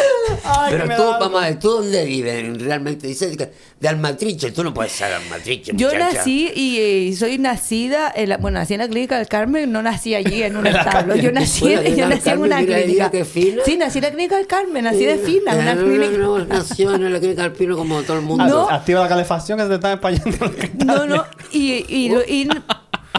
C: Ay,
B: Pero
C: que me
B: tú,
C: da algo.
B: vamos a ver, ¿tú dónde vives realmente? Dice que de Almatriche, tú no puedes ser Almatriche.
A: Yo
B: muchacha.
A: nací y, eh, y soy nacida, en la- bueno, nací en la clínica del Carmen, no nací allí en un
C: En la
A: establo,
C: calle.
A: yo nací,
B: Bueno,
A: yo
B: en la
A: nací en
B: Carmen,
A: una
B: mira,
A: clínica.
B: diga que fina.
A: Sí, nací en la clínica del Carmen, nací de fina,
B: Eh,
A: una
B: no,
A: clínica.
B: No, no, nació en la clínica del Pino como todo el mundo.
A: No.
C: Ah, Activa la calefacción que se te está empañando. los
A: No,
C: cristales.
A: no, y, y, lo- y-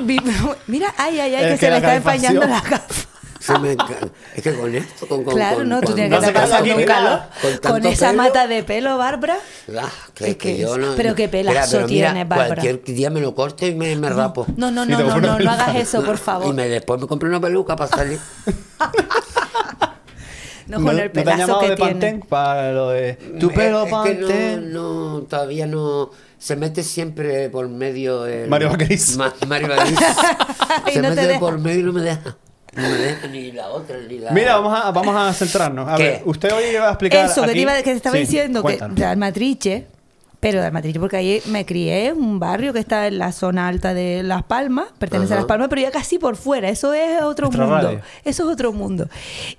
A: vi- mira, ay, ay, ay,
C: Es
A: que,
C: que
A: se
C: la
A: me está empañando la
C: calefacción.
A: gafa.
B: Se me enca- es que con esto, con. con
A: Claro,
B: con-
A: no, tú
B: con-
A: tienes que
C: No se
A: estar
C: casa
A: pasando
C: aquí
A: un
C: ni
A: calor
C: nada.
B: Con
A: con
B: tanto
A: esa
B: pelo.
A: mata de pelo, Bárbara.
B: Ah, que,
A: Es
B: que
A: que
B: yo
A: es-
B: no-
A: pero qué pelazo
B: pero mira,
A: tienes, Bárbara.
B: Cualquier día me lo corto y me, me rapo.
A: No, no,
C: Sí,
A: no,
C: te
A: no,
C: juro
A: no,
C: que
A: no
C: no.
A: hagas eso, por
B: Y
A: favor.
B: me, después me compré una peluca para salir.
A: No con el
C: ¿No te han
A: pedazo
C: llamado
A: que
C: de
A: tiene.
C: Pantene para lo de tu
B: Es-
C: pelo
B: es que
C: Pantene?
B: no, no, todavía no. Se mete siempre por medio. el-
C: Mario Vaquerizo.
B: Ma- Mario Vaquerizo.
A: Y
B: se
A: no te
B: mete
A: deja.
B: por medio y no me deja. No me deja ni la otra ni la.
C: Mira, vamos a, vamos a centrarnos. A
B: ¿Qué?
C: ver, usted hoy va a explicar.
A: Eso que te,
C: aquí-
A: iba, que te estaba
C: Sí,
A: diciendo, que
C: cuéntanos.
A: de Almatriche, pero de Almatriche, porque ahí me crié en un barrio que está en la zona alta de Las Palmas, pertenece a
B: Ajá.
A: Las Palmas, pero ya casi por fuera, eso es otro
C: Nuestra
A: mundo.
C: radio.
A: Eso es otro mundo.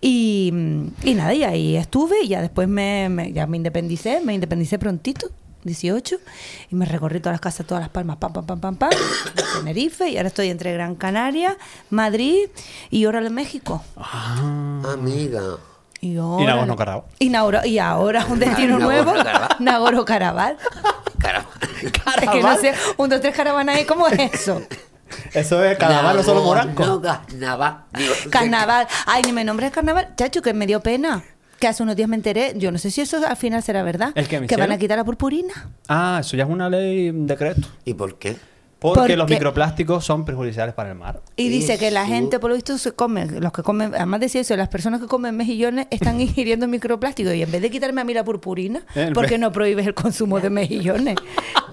A: Y, mm, y nada, y ahí estuve y ya después me, me- ya me independicé, me independicé prontito. 18 y me recorrí todas las casas, todas las palmas, pam, pam, pam, pam, pam, Tenerife y ahora estoy entre Gran Canaria, Madrid y ahora en México.
B: Amiga.
A: Y
C: Y
A: ahora,
C: Nagorno Karabaj.
A: Y, Nauro- y ahora un destino
B: Nagorno
A: nuevo,
B: Karabaj.
A: Nagoro Karabaj.
B: Caramba.
A: Es que no sé, un, dos, tres caravanas, ¿eh? ¿cómo es eso?
C: Eso es carnaval, no solo moranco.
B: No, carnaval. Digo,
A: Carnaval. Ay, ni me nombres carnaval. Chacho, que me dio pena. Que hace unos días me enteré. Yo no sé si eso al final será verdad.
C: ¿El qué, me
A: que van
C: hicieron?
A: a quitar la purpurina.
C: Ah, eso ya es una ley, un decreto.
B: ¿Y por qué?
C: Porque
A: Porque-
C: los microplásticos son perjudiciales para el mar.
A: Y dice que la
B: Eso.
A: gente, por lo visto, se come, los que comen, además decía eso, las personas que comen mejillones están ingiriendo microplásticos. Y en vez de quitarme a mí la purpurina,
C: Eh, El
A: ¿por
C: pe-
A: qué no prohíbes el consumo de mejillones?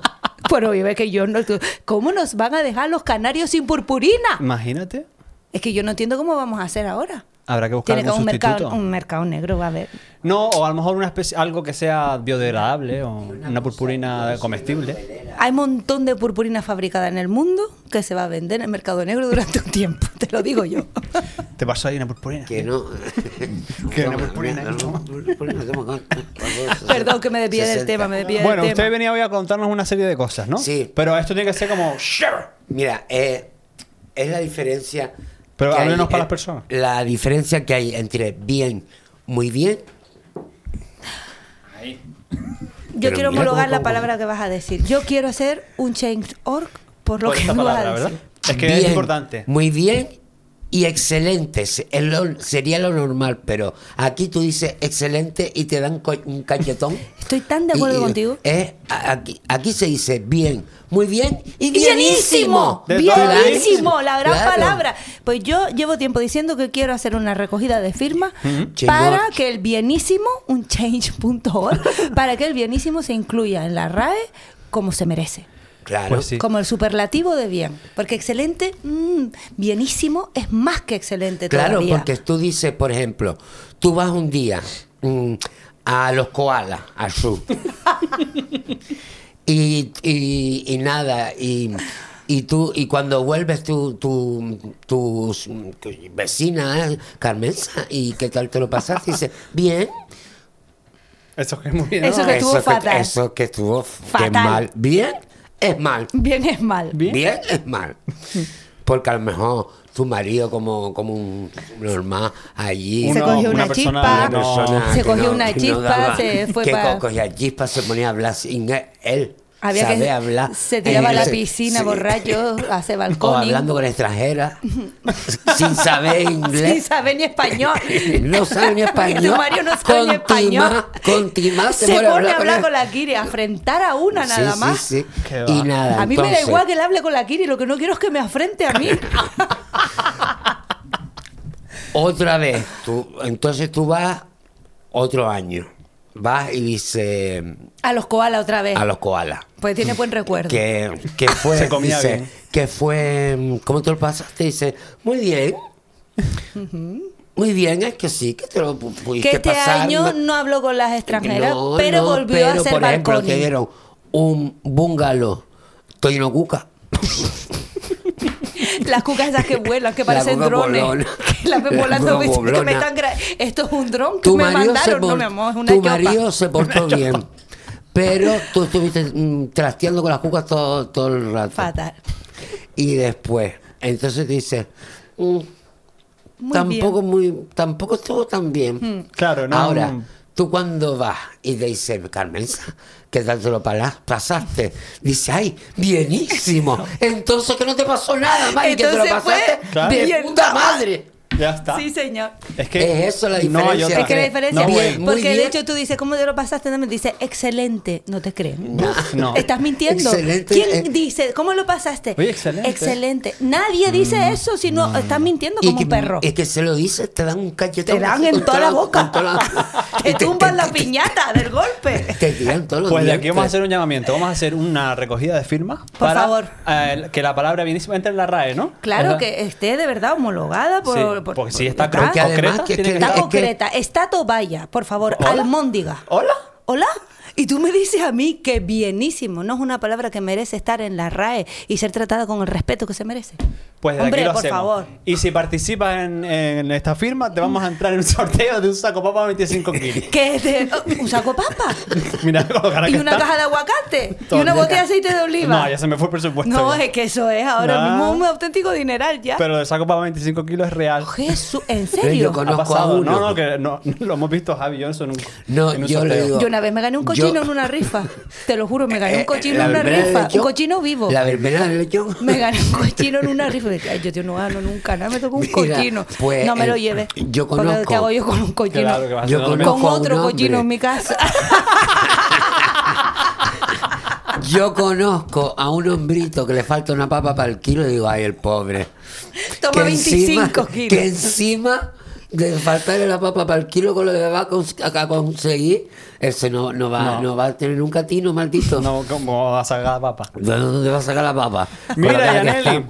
A: Pero vive que yo no. tú- ¿Cómo nos van a dejar los canarios sin
C: Mm.
A: purpurina?
C: Imagínate,
A: Es que yo no entiendo cómo vamos a hacer ahora.
C: habrá que buscar
A: Tiene que
C: un
A: haber un mercado,
C: sustituto.
A: un mercado negro, va a haber.
C: No, o a lo mejor una especie, algo que sea biodegradable o una purpurina comestible.
A: Hay un montón de purpurina fabricada en el mundo que se va a vender en el mercado negro durante un tiempo, te lo digo yo.
C: Te pasó ahí una purpurina.
B: Que no.
C: Que no,
B: Toma,
C: purpurina,
B: mira,
C: no.
B: purpurina, toma, toma.
A: Perdón que me desvié del
B: 60.
A: tema, me desvié
C: Bueno,
A: del
C: usted
A: tema.
C: venía hoy a contarnos una serie de cosas, ¿no?
B: Sí.
C: Pero esto tiene que ser como...
B: Mira, eh, es la diferencia.
C: Pero
B: que
C: háblenos
B: hay,
C: para
B: eh,
C: las personas.
B: La diferencia que hay entre bien, muy bien.
A: Yo
B: Pero
A: quiero
B: mira
A: homologar
B: cómo-
A: la
B: cómo-
A: palabra que vas a decir. Yo quiero hacer un change.org por lo
C: Por
A: que
C: esta
A: tú vas
C: palabra,
A: a decir.
C: ¿verdad? Es que es
B: bien,
C: importante.
B: Muy bien y excelente. se- es lo- sería lo normal, pero aquí tú dices excelente y te dan co- un cachetón.
A: Estoy tan de acuerdo
B: Y- eh, y-
A: contigo.
B: es- a- aquí, aquí se dice bien, muy bien y
A: ¡Bienísimo!
B: bienísimo.
C: De
A: ¡Bienísimo!
B: todo.
A: La gran
B: Claro.
A: palabra. Pues yo llevo tiempo diciendo que quiero hacer una recogida de firmas
B: Chingón.
A: para que el bienísimo, un change.org, para que el bienísimo se incluya en la RAE como se merece.
B: Claro.
C: Pues sí.
A: Como el superlativo de bien. Porque excelente, mm, bienísimo es más que excelente
B: Claro,
A: todavía.
B: porque tú dices, por ejemplo, tú vas un día mm, a los koalas, al sur. y, y- y nada, y, y tú y cuando vuelves tu, tu, tus mm, vecina, eh, Carmenza, ¿y qué tal te lo pasaste? Dice, bien.
C: Eso que es muy bien.
A: Eso
C: ¿no?
A: que estuvo fatal.
B: Eso que estuvo f- que
A: Fatal.
B: mal. Bien es mal.
A: Bien es mal.
C: Bien.
B: Bien, es mal. Porque a lo mejor tu marido como, como un normal allí.
A: Se
C: Uno-
A: cogió una
C: persona-
A: chispa.
C: una persona-
A: Se
B: Ah, que
A: cogió
B: no-
A: una
B: que no
A: chispa,
B: daba-
A: se fue
B: que
A: pa-
B: co- cogía chispa, se ponía a hablar sin él. él
A: Había
B: sabe
A: que
B: hablar.
A: se tiraba a la
B: Él se-
A: piscina
B: se-
A: borracho, hace
B: O
A: balcón.
B: hablando con extranjeras, sin saber inglés.
A: Sin saber ni español.
B: No sabe ni español.
A: Tu marido no sabe ni español.
B: Con timá
A: se,
B: se, pone
A: pone a
B: con
A: hablar
B: él.
A: con la Kiri, a afrentar a una
B: Sí,
A: nada
B: sí,
A: más.
B: sí.
C: Qué
B: Y
C: va.
B: nada,
A: A mí me da
B: entonces-
A: igual que él hable con la Kiri, lo que no quiero es que me afrente a mí.
B: Otra vez. Tú, entonces tú vas otro año. Vas y dices
A: A los koalas otra vez.
B: a los koalas.
A: Pues tiene buen recuerdo.
B: Que, que fue.
C: Se comía
B: dice,
C: bien.
B: Que fue. mm, ¿Cómo te lo pasaste? Dice, muy bien. Muy bien, es que sí, que te lo pu- pudiste
A: Que este
B: pasar.
A: año
B: no-
A: no habló con las extranjeras,
B: No,
A: pero
B: no,
A: volvió
B: pero,
A: a hacer
B: Por ejemplo,
A: balcón.
B: te dieron un bungalow Toinokuka.
A: Las cucas esas que vuelan, que
B: La
A: parecen
B: cuca
A: drones.
B: poblona.
A: Que las ves
B: La
A: volando.
B: cuca
A: me dice que me
B: poblona.
A: están gra- Esto es un dron que
B: Tu
A: me
B: marido, se
A: mandaron. No,
B: por-
A: mi amor, es una
B: tu
A: yopa.
B: marido se portó bien. Pero tú estuviste mm, trasteando con las cucas todo, todo el rato.
A: Fatal.
B: Y después, entonces dices, mm,
A: Muy
B: tampoco
A: bien. Hmm.
B: muy, tampoco estuvo tan bien.
C: Claro, no.
B: Ahora,
C: no.
B: tú cuando vas y te dicen, Carmenza, ¿qué tal te lo pala- pasaste? Dice, ay, bienísimo. Entonces que no te pasó nada más y que te lo
A: Entonces fue
B: pasaste
C: Claro.
B: de
A: bien.
B: puta madre.
C: Ya está.
A: Sí, señor.
C: Es que
B: Es eso la
C: No hay
B: diferencia.
C: otra.
A: Es que la diferencia,
C: Ah. No, pues,
B: Bien, muy
A: porque de
B: bien.
A: hecho tú dices, ¿cómo te lo pasaste? No me dice, excelente, no te creen.
C: no.
A: Estás mintiendo.
B: Excelente,
A: ¿Quién
B: eh.
A: dice, cómo lo pasaste?
C: Oye, excelente. Mm.
A: Excelente. Nadie dice eso, sino estás mintiendo
B: Y
A: como
B: que-
A: un perro.
B: Es que se lo dices, te dan un cachetón.
A: Te dan
B: así
A: en
B: con
A: toda la boca.
B: con toda la- Este,
A: Te
B: y
A: tumban
B: te-
A: la
B: te-
A: piñata del golpe.
B: Te tiran todos los
C: Pues de
B: dientes.
C: aquí vamos a hacer un llamamiento, vamos a hacer una recogida de firmas.
A: Por
C: para,
A: favor.
C: eh, que la palabra bienísima entre en la RAE, ¿no?
A: Claro
C: ¿Verdad?
A: que esté de verdad homologada por...
C: Sí,
A: por-
C: porque si
A: por-
C: está
A: ¿verdad?
B: Porque además
C: concreta,
B: que-
C: tiene que
B: que-
A: Está
B: es
C: estar-
A: concreta, está toballa, por favor,
C: ¿Hola? Oh.
A: almóndiga.
C: Hola.
A: Hola. Y tú me dices a mí que bienísimo, no es una palabra que merece estar en la RAE y ser tratada con el respeto que se merece.
C: Pues de
A: Hombre,
C: aquí lo
A: por
C: hacemos.
A: favor.
C: Y si participas en, en esta firma, te vamos a entrar en un sorteo de un saco papa de 25 kilos.
A: Que es de oh, un saco papa
C: Mira, con la cara
A: y
C: que
A: una
C: está.
A: caja de aguacate y
C: Todo
A: una
C: bien.
A: botella de aceite de oliva.
C: No, ya se me fue el presupuesto.
A: No,
C: ya.
A: es que eso es ahora
C: Nah.
A: mismo un auténtico dineral ya.
C: Pero el saco papa de 25 kilos es real.
A: Jesús, ¿en
B: Yo
A: serio?
B: con-
C: Ha
B: Conozco a
C: pasado.
B: uno.
C: No, no, que no, lo hemos visto Javi y yo en un,
B: No,
C: en un
B: yo le
C: sorteo.
B: digo-
A: Yo una vez me gané un cochino
B: Yo-
A: en una rifa. Te lo juro, me gané un
B: Eh,
A: cochino
B: la
A: en una
B: verbena del
A: rifa. Un
B: lechón-
A: cochino vivo.
B: La verbena del lechón.
A: Me gané un cochino en una rifa. Ay, yo tío, no gano nunca nada, me tocó un
B: Mira,
A: cochino.
B: pues,
A: no me lo
B: eh,
A: lleve. ¿Qué
B: yo conozco-
A: hago yo con un cochino?
C: Claro que va a ser
B: Yo
C: lo
B: conozco-
C: mismo.
A: con
B: a un
A: otro cochino
B: hombre.
A: en mi casa.
B: Yo conozco a un hombrito que le falta una papa para el kilo y digo, ay, el pobre.
A: Toma
B: Que
A: 25
B: encima-
A: kilos.
B: Que encima de faltarle la papa para el kilo con lo que va a, cons- a- a conseguir, ese no, no, va,
C: No.
B: no. va a tener un catino, maldito.
C: No, como a sacar papa.
B: ¿De dónde va a sacar la papa? Con la
C: Mira,
B: cara que
C: Yaneli.
B: está.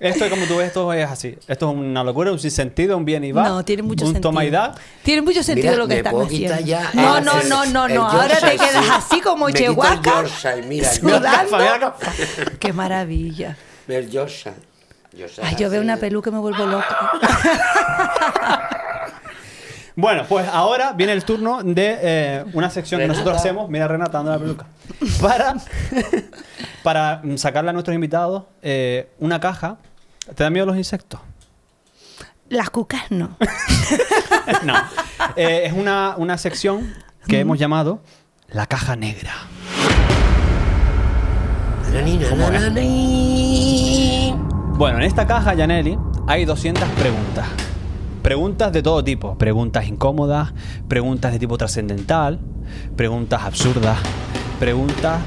C: Esto, como tú ves, esto es así. Esto es una locura, un sinsentido, un bien y va.
A: No, tiene mucho
C: un
A: sentido.
C: toma y da.
A: Tiene mucho sentido
B: Mira,
A: lo que
B: me
A: están
B: puedo
A: haciendo.
B: quitar ya
A: no,
B: el-
A: no,
B: el-
A: no, no,
B: el
A: no. Ahora te
B: Yorkshire,
A: quedas
B: sí.
A: así como
B: Me quito el
A: Chehuaca.
B: Yorkshire, mira, el
C: Mira la
A: Sudando.
C: gafa, mira la gafa.
A: Qué maravilla.
B: Ver Yorkshire. Yorkshire
A: Ay, yo veo
B: así.
A: una peluca y me vuelvo loca.
C: Bueno, pues ahora viene el turno de eh, una sección que nosotros
B: Renata.
C: hacemos, mira Renata dando la peluca, para, para mm, sacarle a nuestros invitados eh, una caja. ¿Te dan miedo los insectos?
A: Las cucas no.
C: no. Eh, es una, una sección que hemos llamado la caja negra.
B: Nananina, nananina.
C: Bueno, en esta caja, Janelli, hay 200 preguntas. Preguntas de todo tipo. Preguntas incómodas, preguntas de tipo trascendental, preguntas absurdas, preguntas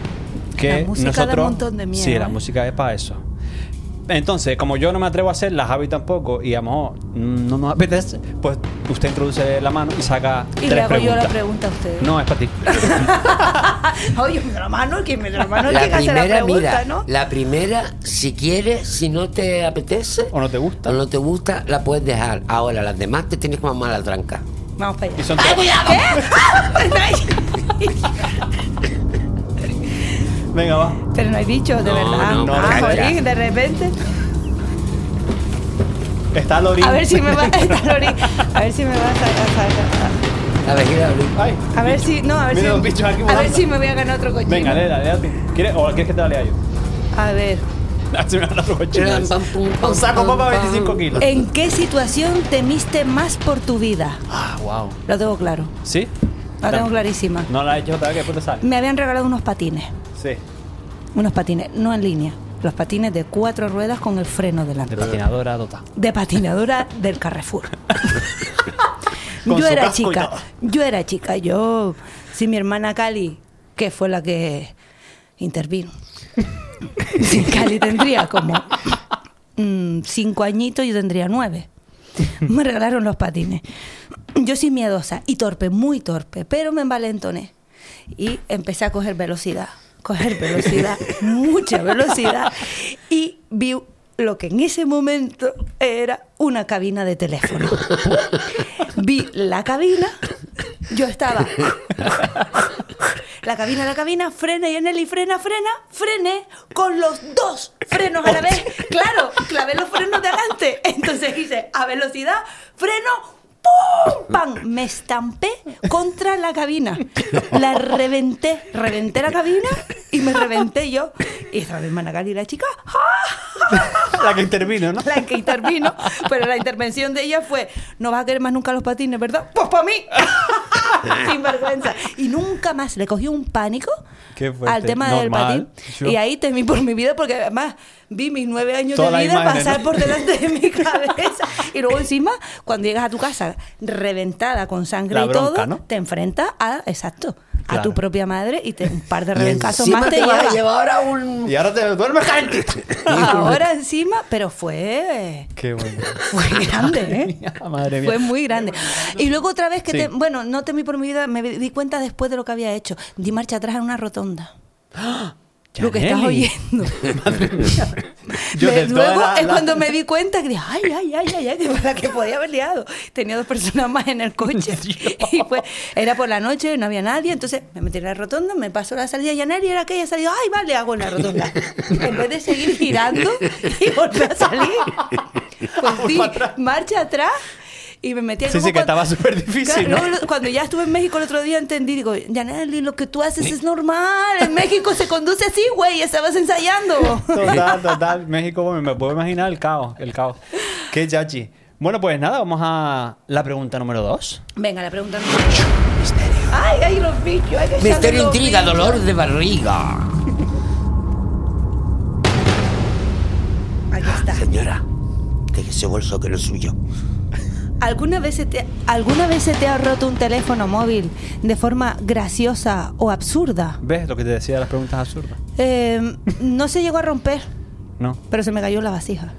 C: que
A: La música da
C: nosotros...
A: un montón de miedo,
C: sí, la
A: ¿eh?
C: música es para eso. Entonces, como yo no me atrevo a hacerlas, Javi tampoco, y a lo mejor no nos apetece, pues usted introduce la mano y saca
A: Y
C: tres
A: le hago
C: preguntas.
A: yo la pregunta a ustedes. Ah,
C: No, es para ti.
A: Oye, mi hermano, que mi hermano
B: La
A: llega Ah, a hacer la
B: primera,
A: pregunta,
B: mira,
A: ¿no?
B: la primera, si quieres, si no te apetece
C: O no te gusta.
B: o no te gusta, la puedes dejar. Ahora, las demás te tienes que mamar la tranca.
A: Vamos para allá.
C: Y son tres.
A: Pero no hay-
C: Venga, va.
A: Pero no hay bichos, de
B: No,
A: verdad.
B: no,
A: ah,
B: cacha.
A: jolín, de repente.
C: Está Lorín.
A: A ver si me va a A ver si me va a sacar. sacar-
B: La vejiga,
C: Ay,
A: A ver si. No, a ver
C: Mira los
A: si.
C: bichos aquí
A: a ver
C: volando.
A: si me voy a ganar otro cochino.
C: venga, léela, léela. tú. ¿Quieres, ¿O quieres que te la lea yo?
A: A ver.
C: Así me da la cochina.
B: Pam, pam, pam,
C: Un saco
B: pam,
C: papa
B: pam.
C: 25 kilos.
A: ¿En qué situación temiste más por tu vida?
C: Ah, wow.
A: Lo tengo claro.
C: ¿Sí?
A: La tengo clarísima.
C: No la he hecho otra vez que después te sale.
A: Me habían regalado unos patines.
C: Sí.
A: Unos patines, no en línea. Los patines de cuatro ruedas con el freno delante.
C: De patinadora, Dota.
A: de patinadora del Carrefour.
C: Con
A: yo
C: su
A: era
C: casco y
A: chica,
C: todo.
A: yo era chica, yo, si mi hermana Cali, que fue la que intervino, si Cali tendría como mm, cinco añitos, yo tendría nueve. Me regalaron los patines. Yo soy miedosa y torpe, muy torpe, pero me envalentoné y empecé a coger velocidad, coger velocidad, mucha velocidad y vi lo que en ese momento era una cabina de teléfono. Vi la cabina, yo estaba. La cabina, la cabina, frena y en él y frena, frena, frené con los dos frenos a la vez. Claro, clavé los frenos de adelante. Entonces hice a velocidad, freno, ¡pum! ¡Pam! Me estampé contra la cabina. La reventé, reventé la cabina y me reventé yo. Y estaba mi hermana Cali, la chica,
C: La que intervino, ¿no?
A: la que intervino, pero la intervención de ella fue, no vas a querer más nunca los patines, ¿verdad? Pues para mí. Sin vergüenza. Y nunca más le cogí un pánico
C: Qué fuerte.
A: al tema del
C: Normal.
A: patín.
C: Yo-
A: Y ahí temí por mi vida porque además vi mis nueve años
C: Toda la
A: de vida
C: imagen,
A: pasar
C: ¿no?
A: por delante de mi cabeza. Y luego encima, cuando llegas a tu casa reventada con sangre
C: La
A: y
C: bronca,
A: todo,
C: ¿no?
A: te enfrentas a, exacto, a
C: Claro.
A: tu propia madre y te, un par de
B: Y
A: rebencazos
B: encima
A: más te,
B: vas
A: lleva.
B: a llevar a un...
C: Y ahora te duermes calentita.
A: Ahora encima, pero fue...
C: Qué bueno.
A: Fue grande, ¿eh?
C: Madre mía.
A: Fue muy grande. Y luego otra vez que
C: Sí.
A: te- bueno, no temí por mi vida, me di cuenta después de lo que había hecho. Di marcha atrás en una rotonda. Lo que estás
C: Janelli.
A: oyendo.
C: Madre mía.
A: Me-
C: de toda
A: luego
C: la-
A: es
C: la-
A: cuando me di cuenta que dije, ay, ay, ay, ay, ay, que para que podía haber liado. Tenía dos personas más en el coche. y pues era por la noche, no había nadie. Entonces me metí en la rotonda, me pasó la salida llanar y era aquella salida, ay, vale, hago en la rotonda. en vez de seguir girando y volver a salir, pues di
C: para atrás.
A: marcha atrás. Y me metí
C: Sí,
A: luego
C: sí, que estaba súper difícil,
A: Claro,
C: ¿no?
A: luego cuando ya estuve en México el otro día entendí, digo, Yaneli, lo que tú haces es normal. En México se conduce así, güey, estabas ensayando.
C: Total, total. México, bueno, me puedo imaginar el caos, el caos. Qué chachi. Bueno, pues nada, vamos a la pregunta número dos.
A: Venga, la pregunta número dos. Ay, ay, los bichos. Ay, que salen
B: Misterio
A: los
B: intriga,
A: bichos.
B: dolor de barriga.
A: Aquí está.
B: Señora, deje ese bolso que no es suyo.
A: ¿Alguna vez, se te, ¿Alguna vez se te ha roto un teléfono móvil de forma graciosa o absurda?
C: ¿Ves lo que te decía de las preguntas absurdas?
A: Eh, no se llegó a romper,
C: No.
A: pero se me cayó en la vasija.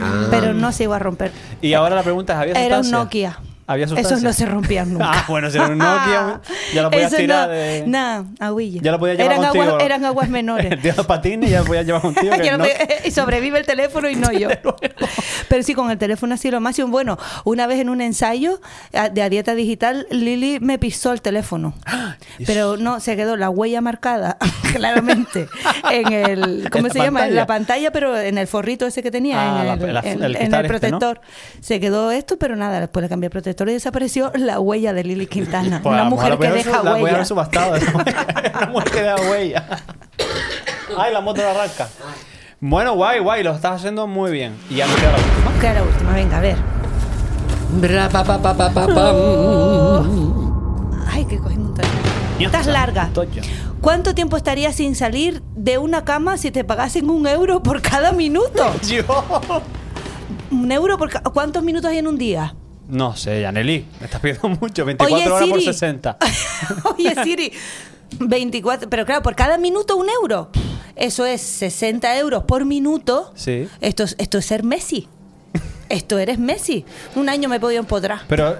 B: Ah.
A: Pero no se llegó a romper.
C: Y ahora la pregunta es, ¿había
A: Era un
C: sustancia?
A: Nokia.
C: ¿Había sustancia?
A: Esos no se rompían nunca.
C: Ah, bueno, si era un Nokia, ya lo podías
A: Eso
C: tirar
A: no,
C: de-
A: Nah, aguilla.
C: Ya lo podía llevar
A: eran
C: contigo.
A: Aguas, eran aguas menores.
C: El día de los patines ya lo podía llevar contigo. que
A: Ya no
C: no-
A: me- y sobrevive el teléfono y no yo. Pero sí, con el teléfono así lo máximo. Bueno, una vez en un ensayo a- de a dieta digital, Lili me pisó el teléfono.
C: Ah,
A: Pero no, se quedó la huella marcada, claramente, en el... ¿Cómo
C: En la
A: se llama? En la
C: pantalla.
A: pantalla, pero en el forrito ese que tenía,
C: Ah, la-
A: en el,
C: la-
A: en-
C: el
A: en el
C: cristal este, ¿no?
A: protector. Se quedó esto, pero nada, después le cambié el protector y desapareció la huella de Lili Quintana.
C: Pues, a
A: una
C: lo mejor
A: mujer
C: la
A: que
C: podía haber
A: deja
C: sub- La voy a
A: huella.
C: haber subastado. esa mujer. Una mujer que deja huella. Ay, la moto la arranca. Bueno, guay, guay, lo estás haciendo muy bien. Y ya me queda la última.
A: Que era la última, venga, a ver.
B: Bra, pa, pa, pa, pa, pa, pam.
A: Ay, que cogí un montón. Estás larga.
C: Tocho.
A: ¿Cuánto tiempo estarías sin salir de una cama si te pagasen un euro por cada minuto?
C: Yo.
A: un euro por ca- cuántos minutos hay en un día.
C: No sé, Yaneli, me estás pidiendo mucho. 24 horas por 60.
A: Oye, Siri. 24, pero claro, por cada minuto un euro. Eso es 60 euros por minuto.
C: Sí.
A: Esto, es- esto es ser Messi. Esto eres Messi. Un año me he podido empodrar.
C: Pero.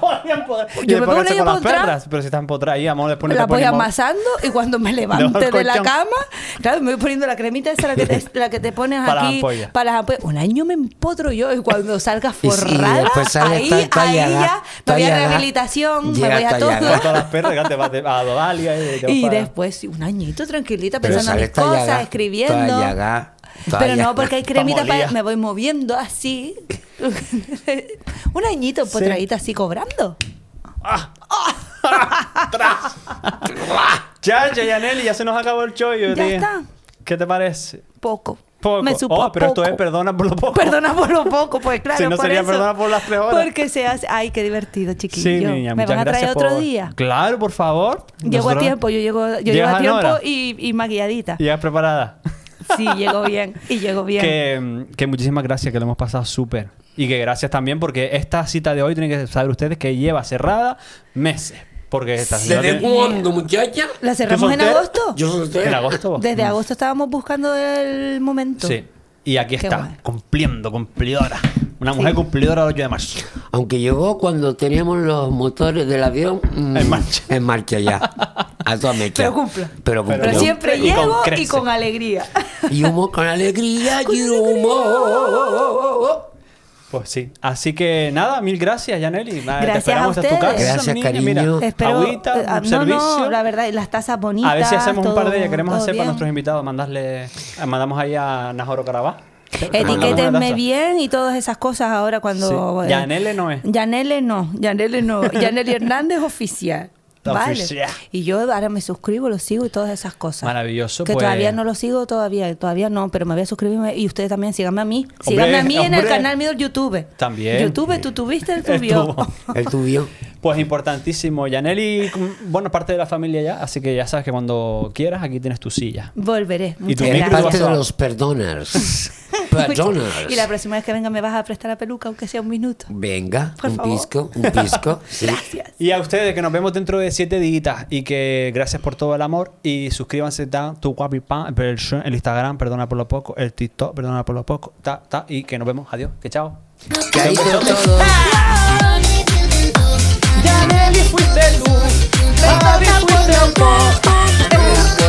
C: Podrían poder.
A: Yo
C: Y
A: me
C: después
A: pongo
C: hacer
A: ahí
C: con las
A: empotrada.
C: perras. Pero si estás empotrada ahí, amor, después no
A: la
C: te
A: voy
C: ponemos-
A: amasando y cuando me levante
C: al
A: de la
C: colchón.
A: cama, claro, me voy poniendo la cremita esa la que te, la que te pones
C: Para las
A: aquí
C: ampollas.
A: para las ampollas. Un año me empotro yo y cuando salga
B: Y sí,
A: forrada,
B: después sales
A: ahí,
B: tan
A: ahí
B: tallada,
A: ya me voy a
B: tallada.
A: rehabilitación, me
B: Llega
A: voy a
C: Con
B: tallada.
A: todo.
C: todas las perras, que te vas de- a Dodalia y te vas
A: Y
C: para-
A: después sí, un añito tranquilita
B: Pero
A: pensando en mis
B: sales
A: cosas,
B: tallada,
A: escribiendo.
B: tallada,
A: Pero
B: tallada.
A: no, porque hay cremita
C: Estamos
A: para...
C: liadas.
A: Me voy moviendo así. un añito empotradita así cobrando.
C: Chacha, Yaneli, ya se nos acabó el
A: Ya
C: chollo, tía.
A: está.
C: ¿Qué te parece?
A: Poco.
C: Poco.
A: Me supo
C: Oh, pero esto
A: poco.
C: es perdona por lo poco.
A: Perdona por lo poco, pues claro.
C: Si no
A: por
C: sería
A: eso.
C: perdona por las tres horas.
A: Porque se hace. Ay, qué divertido, chiquillo.
C: Sí, niña,
A: Me
C: muchas
A: van a traer
C: gracias
A: otro
C: por-
A: día.
C: Claro, por favor.
A: Llego a
C: Nosotros-
A: tiempo, yo llego, yo llego
C: ¿Llegas
A: a
C: en
A: tiempo
C: hora?
A: y, y maquilladita.
C: ¿Llegas preparada?
A: Sí, llego bien. Y llego bien.
C: Que, mm, que muchísimas gracias, que lo hemos pasado súper. Y que gracias también porque esta cita de hoy tienen que saber ustedes que lleva cerrada meses. Porque esta cita
B: ¿Desde
C: tiene-
B: cuándo, muchacha?
A: ¿La cerramos en
C: soltera?
A: agosto?
B: Yo soltera.
C: en agosto. vos.
A: Desde agosto estábamos buscando el momento.
C: Sí. Y aquí
A: Qué
C: está,
A: guay.
C: cumpliendo, cumplidora. Una mujer cumplidora el 8 de marzo.
B: Aunque llegó cuando teníamos los motores del avión mm,
C: En marcha.
B: en marcha ya. A toda mecha.
A: Pero cumpla.
B: Pero
C: Pero
B: cumplió.
A: Pero siempre
C: Y con
A: llego y
C: creces.
A: con alegría.
B: Y humo con alegría y humo.
C: Pues sí. Así que nada, mil gracias, Yaneli. Nada, te
A: Gracias
C: esperamos
A: a
C: en tu casa,
A: ustedes.
B: Gracias,
C: niña.
B: cariño.
C: Mira,
A: Espero.
C: agüita,
A: eh, ah,
C: un
A: no,
C: servicio.
A: no, la verdad, las tazas bonitas.
C: a ver si hacemos un par de ellas.
A: ellas
C: Queremos hacer para nuestros invitados, mandarle, eh, mandamos ahí a Najoro Carabá.
A: Etiquétenme bien y todas esas cosas ahora cuando.
C: Sí.
A: eh,
C: Yanele no es.
A: Yanele no. Yanele no. Yanele Hernández oficial.
C: La
A: Vale.
C: oficial.
A: Y yo ahora me suscribo, lo sigo y todas esas cosas.
C: Maravilloso,
A: Que
C: pues.
A: todavía no lo sigo, todavía, todavía no, pero me voy a suscribirme y ustedes también síganme a mí.
C: Hombre,
A: Síganme a mí en el
C: hombre.
A: canal mío del YouTube.
C: También.
A: YouTube, tú tuviste el tuyo.
C: Estuvo.
B: El tuyo.
C: Pues importantísimo, Yaneli, mm, bueno, parte de la familia ya, así que ya sabes que cuando quieras aquí tienes tu silla.
A: Volveré.
C: Y tu
A: Muchas
B: Es
C: micro
A: gracias.
B: parte de
C: WhatsApp.
B: los perdoners. Perdoners.
A: Y la próxima vez que venga me vas a prestar la peluca, aunque sea un minuto.
B: Venga,
A: Por
B: un
A: favor.
B: pisco, un pisco. sí.
A: Gracias.
C: Y a ustedes que nos vemos dentro de siete días y que gracias por todo el amor y suscríbanse ta, tu guapi pa, el, el Instagram, perdona por lo poco, el TikTok, perdona por lo poco, ta, ta, y que nos vemos, adiós, que chao.
B: Que ahí está todo.
C: Yaneli fuiste luz, fuiste amor.